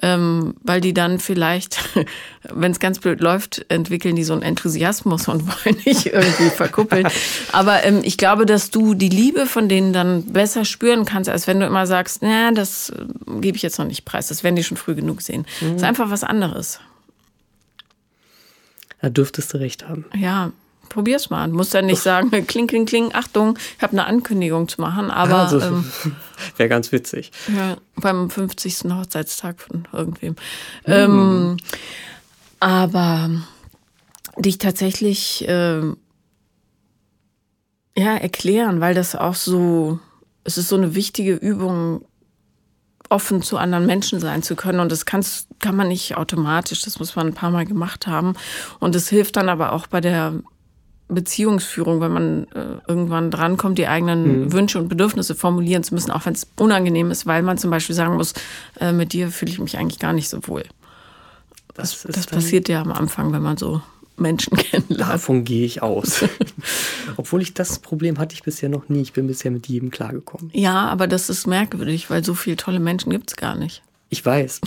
[SPEAKER 1] Ähm, weil die dann vielleicht, wenn es ganz blöd läuft, entwickeln die so einen Enthusiasmus und wollen dich irgendwie verkuppeln. Aber ähm, ich glaube, dass du die Liebe von denen dann besser spüren kannst, als wenn du immer sagst, na, das äh, gebe ich jetzt noch nicht preis, das werden die schon früh genug sehen. Das ist einfach was anderes.
[SPEAKER 2] da dürftest du recht haben.
[SPEAKER 1] Ja, probier's mal. Du musst dann nicht sagen, kling, kling, kling, Achtung, ich habe eine Ankündigung zu machen, aber
[SPEAKER 2] also,
[SPEAKER 1] ähm,
[SPEAKER 2] wäre ganz witzig.
[SPEAKER 1] Ja, beim 50. Hochzeitstag von irgendwem. Ähm, aber ähm, dich tatsächlich ähm, ja, erklären, weil das auch so, es ist so eine wichtige Übung, offen zu anderen Menschen sein zu können. Und das kannst, kann man nicht automatisch, das muss man ein paar Mal gemacht haben. Und das hilft dann aber auch bei der Beziehungsführung, wenn man äh, irgendwann drankommt, die eigenen Wünsche und Bedürfnisse formulieren zu müssen, auch wenn es unangenehm ist, weil man zum Beispiel sagen muss, äh, mit dir fühle ich mich eigentlich gar nicht so wohl.
[SPEAKER 2] Das, ist
[SPEAKER 1] Das
[SPEAKER 2] dann-
[SPEAKER 1] passiert ja am Anfang, wenn man so Menschen kennenlernt.
[SPEAKER 2] Davon gehe ich aus. Obwohl ich das Problem hatte ich bisher noch nie. Ich bin bisher mit jedem klargekommen.
[SPEAKER 1] Ja, aber das ist merkwürdig, weil so viele tolle Menschen gibt es gar nicht.
[SPEAKER 2] Ich weiß.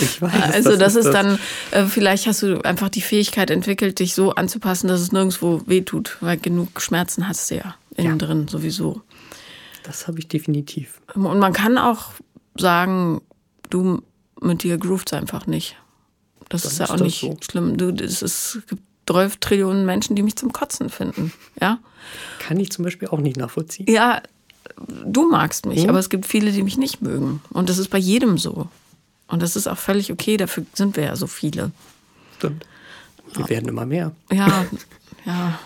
[SPEAKER 2] Ich weiß.
[SPEAKER 1] Also das, ist dann, äh, vielleicht hast du einfach die Fähigkeit entwickelt, dich so anzupassen, dass es nirgendwo wehtut, weil genug Schmerzen hast du ja innen drin sowieso.
[SPEAKER 2] Das habe ich definitiv.
[SPEAKER 1] Und man kann auch sagen, du mit dir groovt einfach nicht. Das ist ja
[SPEAKER 2] ist
[SPEAKER 1] auch
[SPEAKER 2] das
[SPEAKER 1] nicht
[SPEAKER 2] so.
[SPEAKER 1] schlimm. Du, das ist, es gibt 12 Trillionen Menschen, die mich zum Kotzen finden. Ja,
[SPEAKER 2] Kann ich zum Beispiel auch nicht nachvollziehen.
[SPEAKER 1] ja du magst mich,
[SPEAKER 2] Mhm.
[SPEAKER 1] aber es gibt viele, die mich nicht mögen. Und das ist bei jedem so. Und das ist auch völlig okay, dafür sind wir ja so viele.
[SPEAKER 2] Stimmt. Wir werden immer mehr.
[SPEAKER 1] Ja, ja,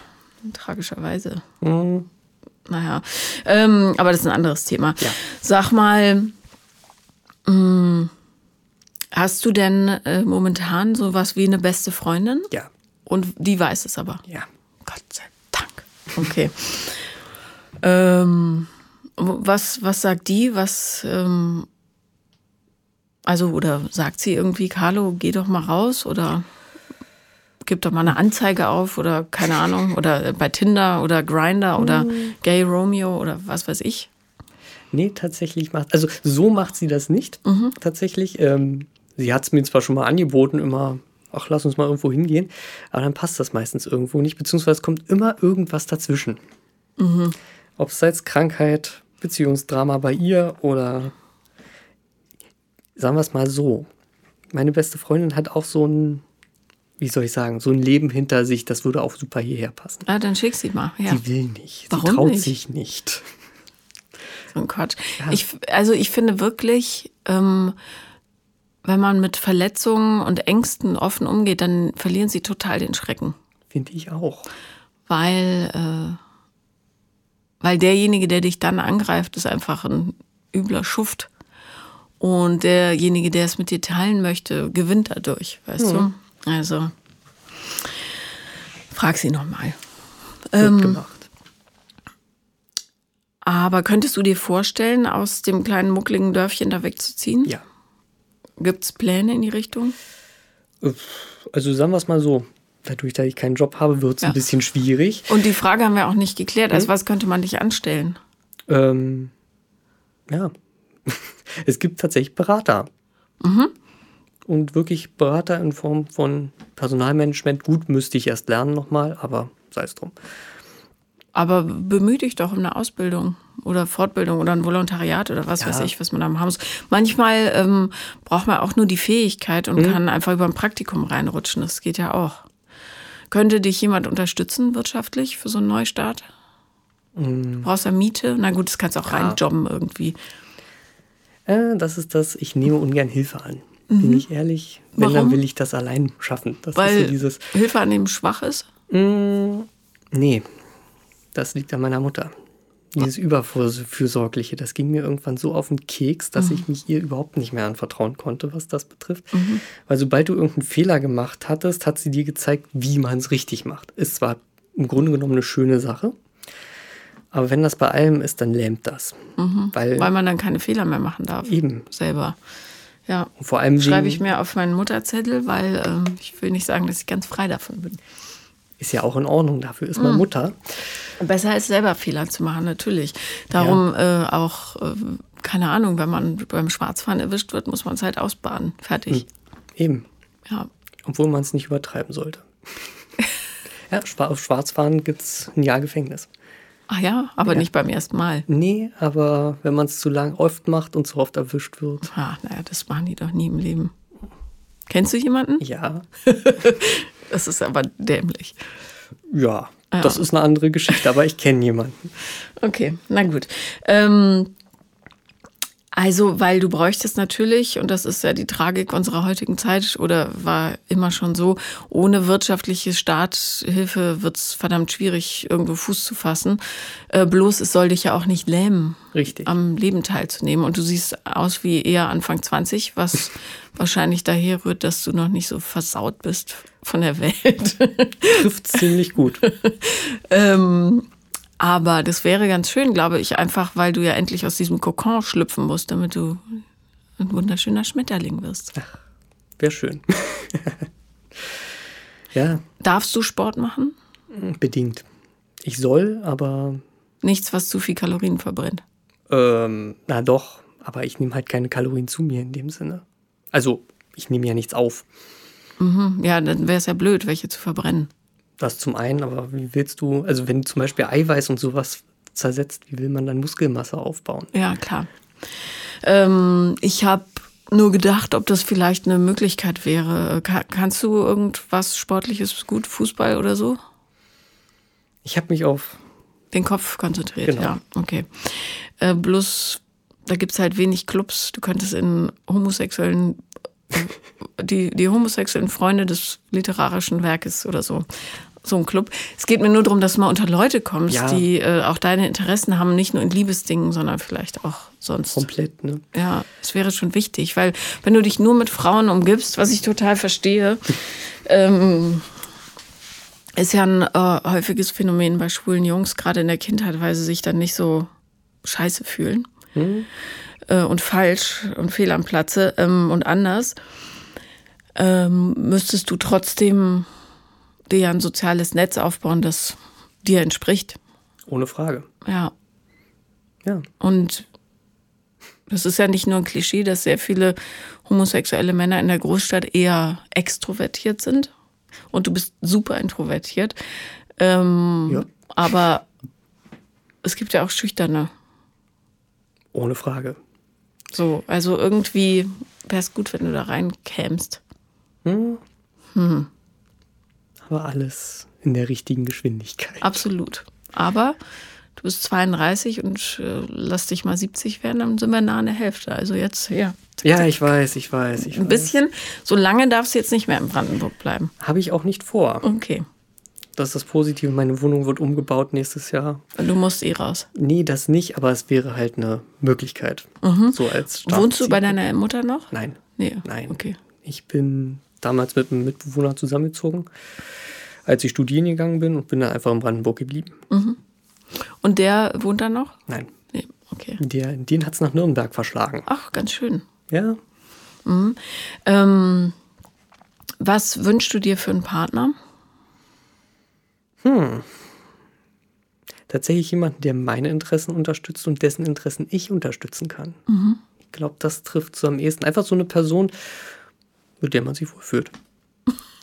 [SPEAKER 1] tragischerweise. Naja, ähm, aber das ist ein anderes Thema.
[SPEAKER 2] Ja.
[SPEAKER 1] Sag mal, mh, hast du denn äh, momentan sowas wie eine beste Freundin?
[SPEAKER 2] Ja.
[SPEAKER 1] Und die weiß es aber.
[SPEAKER 2] Ja.
[SPEAKER 1] Gott sei Dank. Okay. ähm, was, was sagt die? Was, ähm, also, oder sagt sie irgendwie, Carlo, geh doch mal raus oder gib doch mal eine Anzeige auf oder keine Ahnung, oder bei Tinder oder Grinder oder Gay Romeo oder was weiß ich.
[SPEAKER 2] Nee, tatsächlich macht. Also so macht sie das nicht. Tatsächlich. Ähm, sie hat es mir zwar schon mal angeboten, immer, ach, lass uns mal irgendwo hingehen, aber dann passt das meistens irgendwo nicht, beziehungsweise kommt immer irgendwas dazwischen. Ob es jetzt Krankheit, Beziehungsdrama bei ihr oder sagen wir es mal so. Meine beste Freundin hat auch so ein, wie soll ich sagen, so ein Leben hinter sich, das würde auch super hierher passen.
[SPEAKER 1] Ah, dann schick sie mal. Ja.
[SPEAKER 2] Sie will nicht. Sie
[SPEAKER 1] Warum
[SPEAKER 2] traut
[SPEAKER 1] nicht?
[SPEAKER 2] sich nicht.
[SPEAKER 1] So ein Quatsch. Ich, also ich finde wirklich, ähm, wenn man mit Verletzungen und Ängsten offen umgeht, dann verlieren sie total den Schrecken.
[SPEAKER 2] Finde ich auch.
[SPEAKER 1] Weil, äh, weil derjenige, der dich dann angreift, ist einfach ein übler Schuft. Und derjenige, der es mit dir teilen möchte, gewinnt dadurch, weißt du? Also frag sie nochmal.
[SPEAKER 2] Wird
[SPEAKER 1] Ähm,
[SPEAKER 2] gemacht.
[SPEAKER 1] Aber könntest du dir vorstellen, aus dem kleinen muckligen Dörfchen da wegzuziehen?
[SPEAKER 2] Ja.
[SPEAKER 1] Gibt es Pläne in die Richtung?
[SPEAKER 2] Also sagen wir es mal so, dadurch, dass ich keinen Job habe, wird es
[SPEAKER 1] Ja.
[SPEAKER 2] ein bisschen schwierig.
[SPEAKER 1] Und die Frage haben wir auch nicht geklärt. Also was könnte man dich anstellen?
[SPEAKER 2] Ähm,
[SPEAKER 1] Mhm.
[SPEAKER 2] ja. es gibt tatsächlich Berater. und wirklich Berater in Form von Personalmanagement. Gut, müsste ich erst lernen nochmal, aber sei es drum.
[SPEAKER 1] Aber bemühe dich doch um eine Ausbildung oder Fortbildung oder ein Volontariat oder was
[SPEAKER 2] Ja.
[SPEAKER 1] weiß ich, was man da haben muss. Manchmal ähm, braucht man auch nur die Fähigkeit
[SPEAKER 2] Mhm.
[SPEAKER 1] und kann einfach über ein Praktikum reinrutschen. Das geht ja auch. Könnte dich jemand unterstützen wirtschaftlich für so einen Neustart?
[SPEAKER 2] Mhm.
[SPEAKER 1] Du brauchst ja Miete. Na gut, das kannst du auch reinjobben irgendwie.
[SPEAKER 2] Äh, das ist das, ich nehme ungern Hilfe an. Bin ich ehrlich? Wenn,
[SPEAKER 1] Mhm. Warum?
[SPEAKER 2] dann will ich das allein schaffen. Das ist
[SPEAKER 1] Weil
[SPEAKER 2] so dieses,
[SPEAKER 1] Hilfe an dem schwach ist.
[SPEAKER 2] Mm, nee, das liegt an meiner Mutter. Dieses Überfürsorgliche, das ging mir irgendwann so auf den Keks,
[SPEAKER 1] Mhm.
[SPEAKER 2] dass ich mich ihr überhaupt nicht mehr anvertrauen konnte, was das betrifft.
[SPEAKER 1] Mhm.
[SPEAKER 2] Weil sobald du irgendeinen Fehler gemacht hattest, hat sie dir gezeigt, wie man es richtig macht. Ist zwar im Grunde genommen eine schöne Sache, aber wenn das bei allem ist, dann lähmt das. Weil,
[SPEAKER 1] Mhm. Weil man dann keine Fehler mehr machen darf.
[SPEAKER 2] eben,
[SPEAKER 1] Selber. Ja.
[SPEAKER 2] vor allem
[SPEAKER 1] Schreibe
[SPEAKER 2] wegen-
[SPEAKER 1] ich mir auf meinen Mutterzettel, weil ähm, ich will nicht sagen, dass ich ganz frei davon bin.
[SPEAKER 2] ist ja auch in Ordnung, dafür ist meine
[SPEAKER 1] Mhm.
[SPEAKER 2] Mutter.
[SPEAKER 1] Besser als selber Fehler zu machen, natürlich. Darum äh, auch, äh, keine Ahnung, wenn man beim Schwarzfahren erwischt wird, muss man es halt ausbaden. Fertig.
[SPEAKER 2] Eben,
[SPEAKER 1] Ja.
[SPEAKER 2] obwohl man es nicht übertreiben sollte. ja, Schwa- auf Schwarzfahren gibt es ein Jahr Gefängnis.
[SPEAKER 1] Ach ja, aber nicht beim ersten Mal.
[SPEAKER 2] Nee, aber wenn man es zu lang oft macht und zu oft erwischt wird,
[SPEAKER 1] Ach, naja, das machen die doch nie im Leben. Kennst du jemanden?
[SPEAKER 2] ja,
[SPEAKER 1] Das ist aber dämlich.
[SPEAKER 2] ja, das ist eine andere Geschichte, aber ich kenne jemanden.
[SPEAKER 1] Okay, na gut. Ähm, also, weil du bräuchtest natürlich, und das ist ja die Tragik unserer heutigen Zeit oder war immer schon so, ohne wirtschaftliche Staatshilfe wird's verdammt schwierig, irgendwo Fuß zu fassen. Äh, bloß es soll dich ja auch nicht lähmen,
[SPEAKER 2] Richtig.
[SPEAKER 1] am Leben teilzunehmen. Und du siehst aus wie eher Anfang 20, was wahrscheinlich daher rührt, dass du noch nicht so versaut bist von der Welt.
[SPEAKER 2] Trifft ziemlich gut.
[SPEAKER 1] Ähm, aber das wäre ganz schön, glaube ich, einfach, weil du ja endlich aus diesem Kokon schlüpfen musst, damit du ein wunderschöner Schmetterling wirst.
[SPEAKER 2] Wäre schön. ja,
[SPEAKER 1] Darfst du Sport machen?
[SPEAKER 2] bedingt. Ich soll, aber
[SPEAKER 1] Nichts, was zu viel Kalorien verbrennt.
[SPEAKER 2] Ähm, na doch, aber ich nehme halt keine Kalorien zu mir in dem Sinne. Also, ich nehme ja nichts auf.
[SPEAKER 1] Hm, Ja, dann wäre es ja blöd, welche zu verbrennen.
[SPEAKER 2] Das zum einen, aber wie willst du, also wenn du zum Beispiel Eiweiß und sowas zersetzt, wie will man dann Muskelmasse aufbauen?
[SPEAKER 1] Ja, klar. Ähm, ich habe nur gedacht, ob das vielleicht eine Möglichkeit wäre. Ka kannst du irgendwas Sportliches gut, Fußball oder so?
[SPEAKER 2] Ich habe mich auf,
[SPEAKER 1] Den Kopf konzentriert,
[SPEAKER 2] Genau.
[SPEAKER 1] ja. Okay. Äh, bloß, da gibt's halt wenig Clubs. Du könntest in homosexuellen, äh, die, die homosexuellen Freunde des literarischen Werkes oder so, so ein Club. Es geht mir nur darum, dass du mal unter Leute kommst,
[SPEAKER 2] Ja.
[SPEAKER 1] die äh, auch deine Interessen haben, nicht nur in Liebesdingen, sondern vielleicht auch sonst.
[SPEAKER 2] komplett, ne?
[SPEAKER 1] Ja, es wäre schon wichtig, weil wenn du dich nur mit Frauen umgibst, was ich total verstehe, ähm, ist ja ein äh, häufiges Phänomen bei schwulen Jungs, gerade in der Kindheit, weil sie sich dann nicht so scheiße fühlen äh, und falsch und fehl am Platze ähm, und anders, ähm, müsstest du trotzdem dir ein soziales Netz aufbauen, das dir entspricht.
[SPEAKER 2] Ohne Frage.
[SPEAKER 1] Ja.
[SPEAKER 2] Ja.
[SPEAKER 1] Und das ist ja nicht nur ein Klischee, dass sehr viele homosexuelle Männer in der Großstadt eher extrovertiert sind. Und du bist super introvertiert. Ähm,
[SPEAKER 2] Ja.
[SPEAKER 1] Aber es gibt ja auch Schüchterne.
[SPEAKER 2] Ohne Frage.
[SPEAKER 1] So, also irgendwie wäre es gut, wenn du da reinkämst.
[SPEAKER 2] Aber alles in der richtigen Geschwindigkeit.
[SPEAKER 1] Absolut. Aber du bist 32 und äh, lass dich mal 70 werden, dann sind wir nah an der Hälfte. Also jetzt, ja.
[SPEAKER 2] Ja, ich weiß, ich weiß, ich
[SPEAKER 1] Ein
[SPEAKER 2] weiß.
[SPEAKER 1] bisschen, so lange darfst du jetzt nicht mehr in Brandenburg bleiben.
[SPEAKER 2] Habe ich auch nicht vor.
[SPEAKER 1] Okay.
[SPEAKER 2] Das ist das Positive. Meine Wohnung wird umgebaut nächstes Jahr.
[SPEAKER 1] Du musst eh raus.
[SPEAKER 2] Nee, das nicht, aber es wäre halt eine Möglichkeit. So als Start.
[SPEAKER 1] Mhm. Wohnst du bei deiner Mutter noch?
[SPEAKER 2] Nein.
[SPEAKER 1] Nee.
[SPEAKER 2] Nein.
[SPEAKER 1] Okay.
[SPEAKER 2] Ich bin damals mit einem Mitbewohner zusammengezogen, als ich studieren gegangen bin und bin dann einfach in Brandenburg geblieben.
[SPEAKER 1] Und der wohnt da noch?
[SPEAKER 2] Nein,
[SPEAKER 1] Nee. Okay.
[SPEAKER 2] der, den hat es nach Nürnberg verschlagen.
[SPEAKER 1] Ach, ganz schön.
[SPEAKER 2] Ja,
[SPEAKER 1] Ähm, was wünschst du dir für einen Partner?
[SPEAKER 2] tatsächlich jemanden, der meine Interessen unterstützt und dessen Interessen ich unterstützen kann. Ich glaube, das trifft so am ehesten. Einfach so eine Person, mit der man sich wohlfühlt.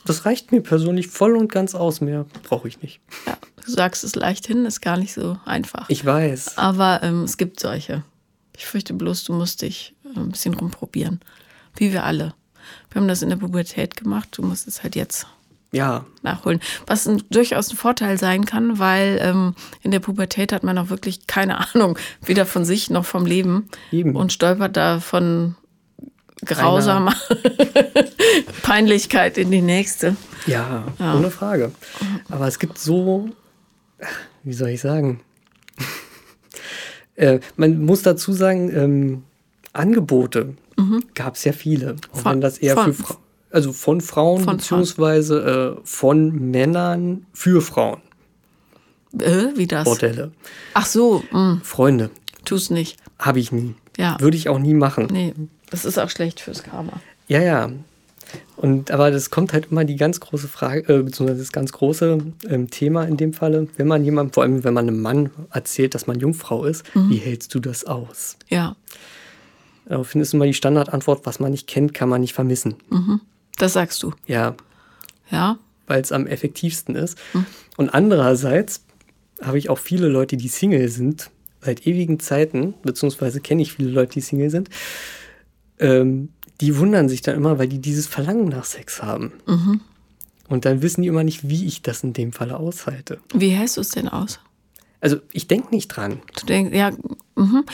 [SPEAKER 2] Das reicht mir persönlich voll und ganz aus. Mehr brauche ich nicht.
[SPEAKER 1] Ja, du sagst es leicht hin, ist gar nicht so einfach.
[SPEAKER 2] Ich weiß.
[SPEAKER 1] Aber ähm, es gibt solche. Ich fürchte bloß, du musst dich äh, ein bisschen rumprobieren. Wie wir alle. Wir haben das in der Pubertät gemacht, du musst es halt jetzt
[SPEAKER 2] Ja,
[SPEAKER 1] nachholen. Was ein, durchaus ein Vorteil sein kann, weil ähm, in der Pubertät hat man auch wirklich keine Ahnung, weder von sich noch vom Leben
[SPEAKER 2] eben.
[SPEAKER 1] und stolpert da von grausamer Peinlichkeit in die nächste.
[SPEAKER 2] ja,
[SPEAKER 1] Ja.
[SPEAKER 2] ohne Frage. Aber es gibt so, wie soll ich sagen? äh, man muss dazu sagen, ähm, Angebote gab es ja viele. Auch
[SPEAKER 1] Mhm. Von-
[SPEAKER 2] wenn das eher
[SPEAKER 1] von-
[SPEAKER 2] für Fra also von Frauen
[SPEAKER 1] Von Frauen.
[SPEAKER 2] beziehungsweise äh, von Männern für Frauen.
[SPEAKER 1] Äh, wie das?
[SPEAKER 2] Bordelle.
[SPEAKER 1] Ach so, mh,
[SPEAKER 2] Freunde
[SPEAKER 1] tu's nicht.
[SPEAKER 2] habe ich nie.
[SPEAKER 1] Ja.
[SPEAKER 2] Würde ich auch nie machen.
[SPEAKER 1] Nee, das ist auch schlecht fürs Karma.
[SPEAKER 2] Ja, ja. Und aber das kommt halt immer die ganz große Frage, äh, beziehungsweise das ganz große ähm, Thema in dem Falle, wenn man jemandem, vor allem wenn man einem Mann erzählt, dass man Jungfrau ist, wie hältst du das aus?
[SPEAKER 1] Ja,
[SPEAKER 2] Daraufhin ist immer die Standardantwort, was man nicht kennt, kann man nicht vermissen.
[SPEAKER 1] das sagst du.
[SPEAKER 2] Ja,
[SPEAKER 1] Ja,
[SPEAKER 2] weil es am effektivsten ist.
[SPEAKER 1] Hm.
[SPEAKER 2] Und andererseits habe ich auch viele Leute, die Single sind, seit ewigen Zeiten, beziehungsweise kenne ich viele Leute, die Single sind, ähm, die wundern sich dann immer, weil die dieses Verlangen nach Sex haben.
[SPEAKER 1] Mhm.
[SPEAKER 2] Und dann wissen die immer nicht, wie ich das in dem Falle aushalte.
[SPEAKER 1] wie hältst du es denn aus?
[SPEAKER 2] Also ich denke nicht dran.
[SPEAKER 1] Du denkst, ja, mhm.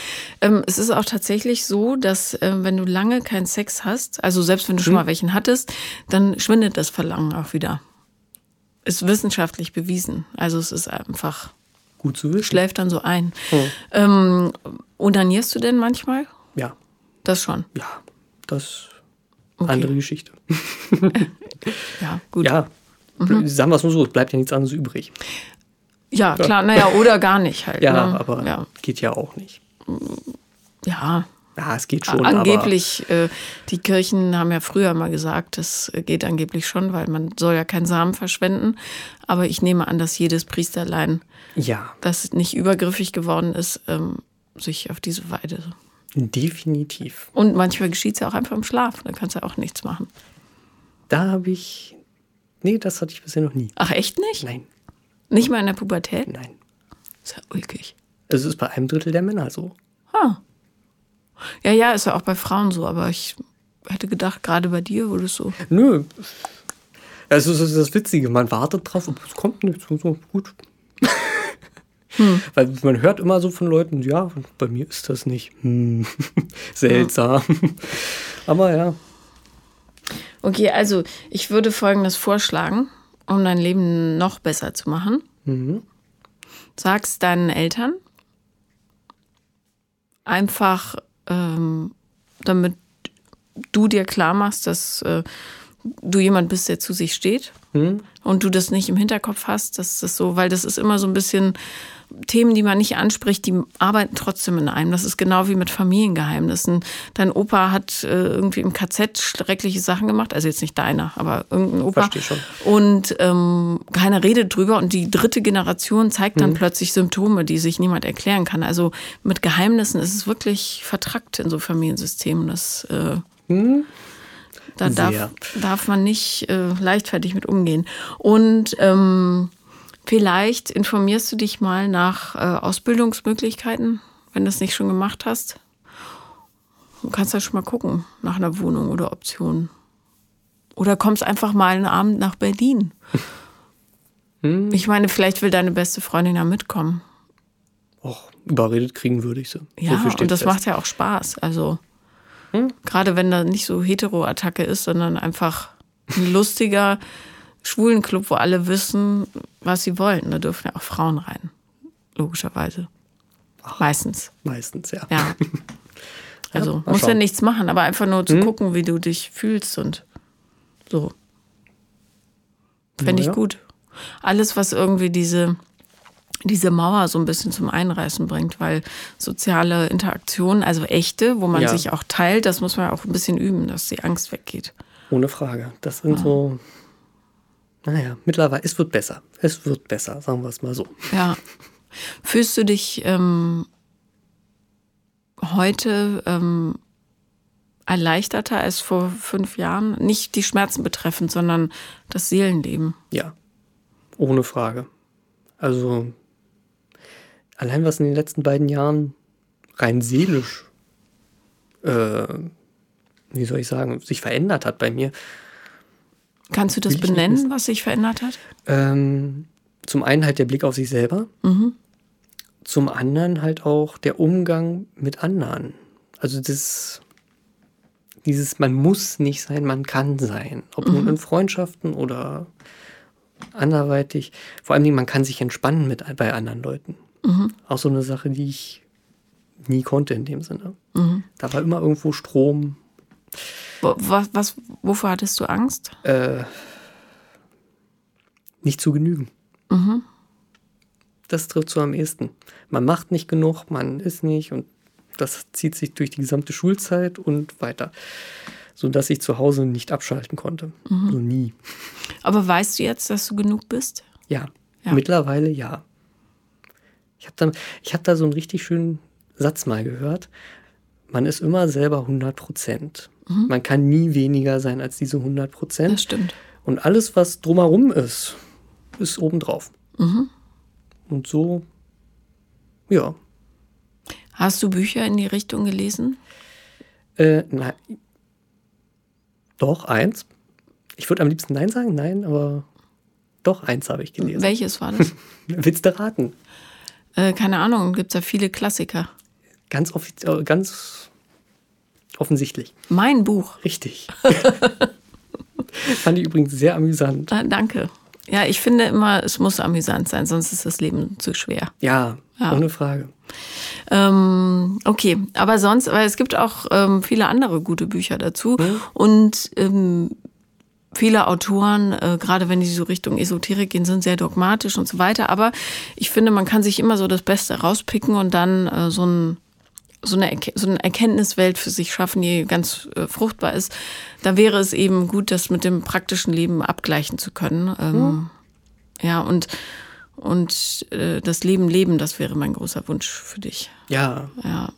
[SPEAKER 1] ähm, es ist auch tatsächlich so, dass ähm, wenn du lange keinen Sex hast, also selbst wenn du
[SPEAKER 2] Mhm.
[SPEAKER 1] schon mal welchen hattest, dann schwindet das Verlangen auch wieder. Ist wissenschaftlich bewiesen. Also es ist einfach,
[SPEAKER 2] Gut zu wissen. Hm,
[SPEAKER 1] schläft dann so ein. Ähm, onanierst du denn manchmal?
[SPEAKER 2] Ja,
[SPEAKER 1] Das schon.
[SPEAKER 2] ja, das
[SPEAKER 1] Okay.
[SPEAKER 2] andere Geschichte.
[SPEAKER 1] Ja, gut.
[SPEAKER 2] Ja,
[SPEAKER 1] Mhm.
[SPEAKER 2] sagen wir es nur so, es bleibt ja nichts anderes übrig.
[SPEAKER 1] Ja, klar, naja, oder gar nicht halt.
[SPEAKER 2] Ja,
[SPEAKER 1] ne?
[SPEAKER 2] aber
[SPEAKER 1] Ja,
[SPEAKER 2] geht ja auch nicht.
[SPEAKER 1] ja.
[SPEAKER 2] Ja, es geht schon, aber...
[SPEAKER 1] angeblich, äh, die Kirchen haben ja früher mal gesagt, das äh, geht angeblich schon, weil man soll ja keinen Samen verschwenden. Aber ich nehme an, dass jedes Priesterlein,
[SPEAKER 2] Ja,
[SPEAKER 1] das nicht übergriffig geworden ist, ähm, sich auf diese Weide.
[SPEAKER 2] definitiv.
[SPEAKER 1] Und manchmal geschieht es ja auch einfach im Schlaf, da kannst du ja auch nichts machen.
[SPEAKER 2] Da habe ich. Nee, das hatte ich bisher noch nie.
[SPEAKER 1] Ach, echt nicht?
[SPEAKER 2] Nein,
[SPEAKER 1] Nicht mal in der Pubertät?
[SPEAKER 2] nein. Also,
[SPEAKER 1] Ist ja ulkig.
[SPEAKER 2] Es ist bei einem Drittel der Männer so.
[SPEAKER 1] Ja, ja, ist ja auch bei Frauen so, aber ich hätte gedacht, gerade bei dir wurde es so.
[SPEAKER 2] Nö. Das ist, das ist das Witzige. Man wartet drauf, aber es kommt nicht. So, so gut.
[SPEAKER 1] Hm.
[SPEAKER 2] Weil man hört immer so von Leuten, ja, bei mir ist das nicht. Hm. Seltsam. Aber ja,
[SPEAKER 1] Okay, also ich würde Folgendes vorschlagen, um dein Leben noch besser zu machen. Sag's deinen Eltern einfach, ähm, damit du dir klar machst, dass äh, du jemand bist, der zu sich steht
[SPEAKER 2] Hm?
[SPEAKER 1] und du das nicht im Hinterkopf hast, dass das so, weil das ist immer so ein bisschen Themen, die man nicht anspricht, die arbeiten trotzdem in einem. Das ist genau wie mit Familiengeheimnissen. Dein Opa hat äh, irgendwie im KZ schreckliche Sachen gemacht, also jetzt nicht deiner, aber irgendein Opa.
[SPEAKER 2] Versteh schon.
[SPEAKER 1] Und ähm, keiner redet drüber und die dritte Generation zeigt
[SPEAKER 2] Hm.
[SPEAKER 1] dann plötzlich Symptome, die sich niemand erklären kann. Also mit Geheimnissen ist es wirklich vertrackt in so Familiensystemen. Das äh, da darf,
[SPEAKER 2] Sehr.
[SPEAKER 1] darf man nicht äh, leichtfertig mit umgehen. Und ähm, vielleicht informierst du dich mal nach äh, Ausbildungsmöglichkeiten, wenn du es nicht schon gemacht hast. Du kannst ja schon mal gucken nach einer Wohnung oder Optionen. Oder kommst einfach mal einen Abend nach Berlin. Ich meine, vielleicht will deine beste Freundin ja mitkommen.
[SPEAKER 2] och, überredet kriegen würde ich sie.
[SPEAKER 1] Ja,
[SPEAKER 2] so
[SPEAKER 1] und das
[SPEAKER 2] fest.
[SPEAKER 1] macht ja auch Spaß. Also, gerade wenn da nicht so Hetero-Attacke ist, sondern einfach ein lustiger Schwulenclub, wo alle wissen, was sie wollen. Da dürfen ja auch Frauen rein. Logischerweise. Meistens,
[SPEAKER 2] Meistens, ja.
[SPEAKER 1] ja. Also,
[SPEAKER 2] mal
[SPEAKER 1] muss ja
[SPEAKER 2] schauen. Hm?
[SPEAKER 1] nichts machen, aber einfach nur zu gucken, wie du dich fühlst und so. Fände ich
[SPEAKER 2] Naja.
[SPEAKER 1] gut. Alles, was irgendwie diese, diese Mauer so ein bisschen zum Einreißen bringt, weil soziale Interaktion, also echte, wo man
[SPEAKER 2] Ja.
[SPEAKER 1] sich auch teilt, das muss man auch ein bisschen üben, dass die Angst weggeht.
[SPEAKER 2] Ohne Frage. Das sind so. Naja, mittlerweile, es wird besser. Es wird besser, sagen wir es mal so.
[SPEAKER 1] Ja. Fühlst du dich ähm, heute ähm, erleichterter als vor fünf Jahren. Nicht die Schmerzen betreffend, sondern das Seelenleben.
[SPEAKER 2] Ja, ohne Frage. Also allein was in den letzten beiden Jahren rein seelisch, äh, wie soll ich sagen, sich verändert hat bei mir.
[SPEAKER 1] Kannst du das
[SPEAKER 2] Will ich nicht
[SPEAKER 1] benennen,
[SPEAKER 2] wissen.
[SPEAKER 1] was sich verändert hat?
[SPEAKER 2] Ähm, zum einen halt der Blick auf sich selber,
[SPEAKER 1] Mhm.
[SPEAKER 2] zum anderen halt auch der Umgang mit anderen. Also das, dieses, man muss nicht sein, man kann sein. Ob nun in Freundschaften oder anderweitig. Vor allem, man kann sich entspannen mit, bei anderen Leuten. Auch so eine Sache, die ich nie konnte in dem Sinne. Da war immer irgendwo Strom,
[SPEAKER 1] Wo- Was, was, wovor hattest du Angst?
[SPEAKER 2] äh, nicht zu genügen. Das trifft so am ehesten. Man macht nicht genug, man ist nicht und das zieht sich durch die gesamte Schulzeit und weiter. Sodass ich zu Hause nicht abschalten konnte. So nie.
[SPEAKER 1] Aber weißt du jetzt, dass du genug bist?
[SPEAKER 2] Ja,
[SPEAKER 1] Ja.
[SPEAKER 2] mittlerweile ja. Ich habe da, ich hab da so einen richtig schönen Satz mal gehört. Man ist immer selber 100 Prozent. Man kann nie weniger sein als diese 100 Prozent.
[SPEAKER 1] Das stimmt.
[SPEAKER 2] Und alles, was drumherum ist, ist obendrauf. Und so, ja.
[SPEAKER 1] Hast du Bücher in die Richtung gelesen?
[SPEAKER 2] Äh, na, doch, eins. Ich würde am liebsten Nein sagen, nein, aber doch, eins habe ich gelesen.
[SPEAKER 1] Welches war das?
[SPEAKER 2] Willst du raten?
[SPEAKER 1] äh, keine Ahnung, gibt es da viele Klassiker.
[SPEAKER 2] Ganz, offiz- äh, ganz offensichtlich.
[SPEAKER 1] Mein Buch.
[SPEAKER 2] Richtig. Fand ich übrigens sehr amüsant.
[SPEAKER 1] Ah, danke. Ja, ich finde immer, es muss amüsant sein, sonst ist das Leben zu schwer.
[SPEAKER 2] Ja,
[SPEAKER 1] Ja.
[SPEAKER 2] ohne Frage.
[SPEAKER 1] Ähm, okay, aber sonst, weil es gibt auch ähm, viele andere gute Bücher dazu und ähm, viele Autoren, äh, gerade wenn die so Richtung Esoterik gehen, sind sehr dogmatisch und so weiter. Aber ich finde, man kann sich immer so das Beste rauspicken und dann äh, so, ein, so, eine Erke so eine Erkenntniswelt für sich schaffen, die ganz äh, fruchtbar ist. Da wäre es eben gut, das mit dem praktischen Leben abgleichen zu können. Ähm, Ja, und, und äh, das Leben leben, das wäre mein großer Wunsch für dich.
[SPEAKER 2] Ja,
[SPEAKER 1] Ja.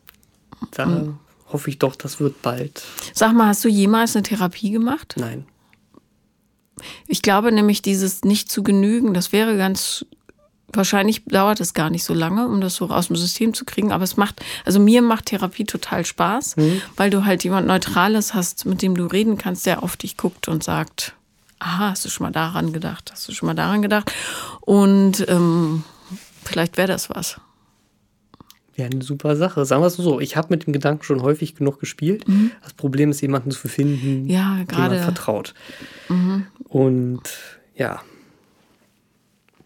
[SPEAKER 2] da hoffe ich doch, das wird bald.
[SPEAKER 1] Sag mal, hast du jemals eine Therapie gemacht?
[SPEAKER 2] Nein.
[SPEAKER 1] Ich glaube nämlich, dieses nicht zu genügen, das wäre ganz. Wahrscheinlich dauert es gar nicht so lange, um das so aus dem System zu kriegen, aber es macht, also mir macht Therapie total Spaß, weil du halt jemand Neutrales hast, mit dem du reden kannst, der auf dich guckt und sagt, aha, hast du schon mal daran gedacht, hast du schon mal daran gedacht und ähm, vielleicht wäre das was.
[SPEAKER 2] Wäre eine super Sache. Sagen wir es so, ich habe mit dem Gedanken schon häufig genug gespielt. Das Problem ist, jemanden zu finden,
[SPEAKER 1] Mhm. Ja,
[SPEAKER 2] dem man
[SPEAKER 1] gerade. Mhm.
[SPEAKER 2] vertraut. Und ja,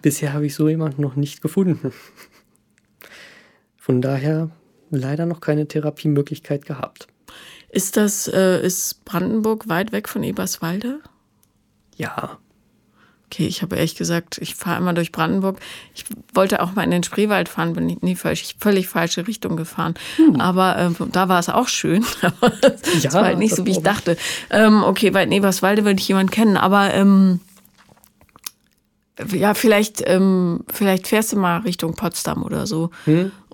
[SPEAKER 2] bisher habe ich so jemanden noch nicht gefunden. Von daher leider noch keine Therapiemöglichkeit gehabt.
[SPEAKER 1] Ist das, äh, ist Brandenburg weit weg von Eberswalde?
[SPEAKER 2] Ja,
[SPEAKER 1] Okay, ich habe ehrlich gesagt, ich fahre immer durch Brandenburg. Ich wollte auch mal in den Spreewald fahren, bin ich in die falsch, völlig falsche Richtung gefahren. Aber ähm, da war es auch schön. Aber es
[SPEAKER 2] Ja,
[SPEAKER 1] war halt nicht
[SPEAKER 2] Ah, das
[SPEAKER 1] so, wie ich
[SPEAKER 2] glaub
[SPEAKER 1] dachte. Ähm, okay, bei Eberswalde würde ich jemanden kennen, aber ähm, ja, vielleicht, ähm, vielleicht fährst du mal Richtung Potsdam oder so.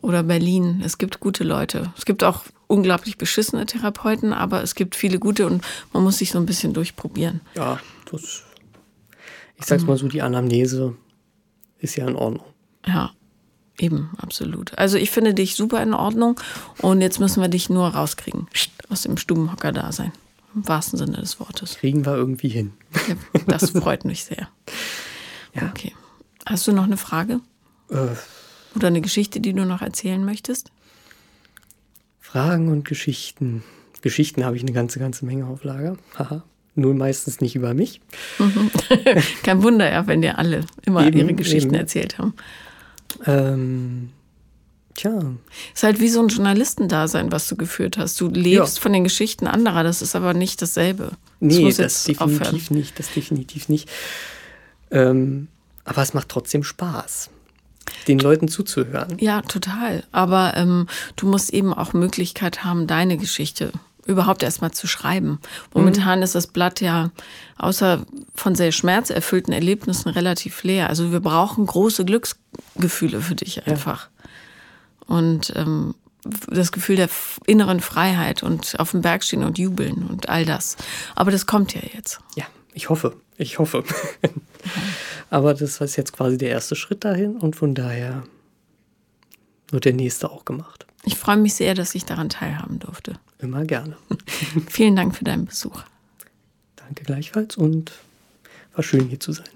[SPEAKER 1] Oder Berlin. Es gibt gute Leute. Es gibt auch unglaublich beschissene Therapeuten, aber es gibt viele gute und man muss sich so ein bisschen durchprobieren.
[SPEAKER 2] ja, das. Ich
[SPEAKER 1] Mhm.
[SPEAKER 2] sag's mal so, die Anamnese ist ja in Ordnung.
[SPEAKER 1] Ja, eben, absolut. Also ich finde dich super in Ordnung und jetzt müssen wir dich nur rauskriegen. Psst, Aus dem Stubenhocker da sein. Im wahrsten Sinne des Wortes.
[SPEAKER 2] Kriegen wir irgendwie hin.
[SPEAKER 1] Ja, Das freut mich sehr.
[SPEAKER 2] Ja.
[SPEAKER 1] Okay. Hast du noch eine Frage
[SPEAKER 2] Äh,
[SPEAKER 1] oder eine Geschichte, die du noch erzählen möchtest?
[SPEAKER 2] Fragen und Geschichten. Geschichten habe ich eine ganze, ganze Menge auf Lager. Haha. Nur meistens nicht über mich.
[SPEAKER 1] Kein Wunder, ja, wenn dir alle immer
[SPEAKER 2] Eben,
[SPEAKER 1] ihre Geschichten
[SPEAKER 2] eben.
[SPEAKER 1] erzählt haben.
[SPEAKER 2] Ähm, tja,
[SPEAKER 1] Ist halt wie so ein Journalistendasein, was du geführt hast. Du lebst von den Geschichten anderer, das ist aber nicht dasselbe.
[SPEAKER 2] nee, das,
[SPEAKER 1] muss jetzt
[SPEAKER 2] definitiv
[SPEAKER 1] aufhören.
[SPEAKER 2] nicht. Das definitiv nicht. Ähm, aber es macht trotzdem Spaß, den Leuten zuzuhören.
[SPEAKER 1] Ja, total. Aber ähm, du musst eben auch Möglichkeit haben, deine Geschichte überhaupt erstmal zu schreiben. Momentan ist das Blatt ja außer von sehr schmerzerfüllten Erlebnissen relativ leer. Also wir brauchen große Glücksgefühle für dich einfach. Und ähm, das Gefühl der f- inneren Freiheit und auf dem Berg stehen und jubeln und all das. Aber das kommt ja jetzt.
[SPEAKER 2] Ja, ich hoffe. Ich hoffe. Aber das ist jetzt quasi der erste Schritt dahin und von daher wird der nächste auch gemacht.
[SPEAKER 1] Ich freue mich sehr, dass ich daran teilhaben durfte.
[SPEAKER 2] Immer gerne.
[SPEAKER 1] Vielen Dank für deinen Besuch.
[SPEAKER 2] Danke gleichfalls und war schön hier zu sein.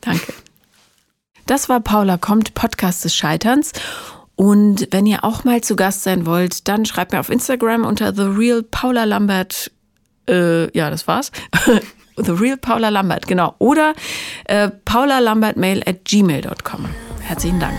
[SPEAKER 1] Danke. Das war Paula kommt, Podcast des Scheiterns. Und wenn ihr auch mal zu Gast sein wollt, dann schreibt mir auf Instagram unter The Real Paula Lambert. Äh, ja, das war's. The Real Paula Lambert, genau. Oder äh, paulalambert.mail at gmail.com. Herzlichen Dank.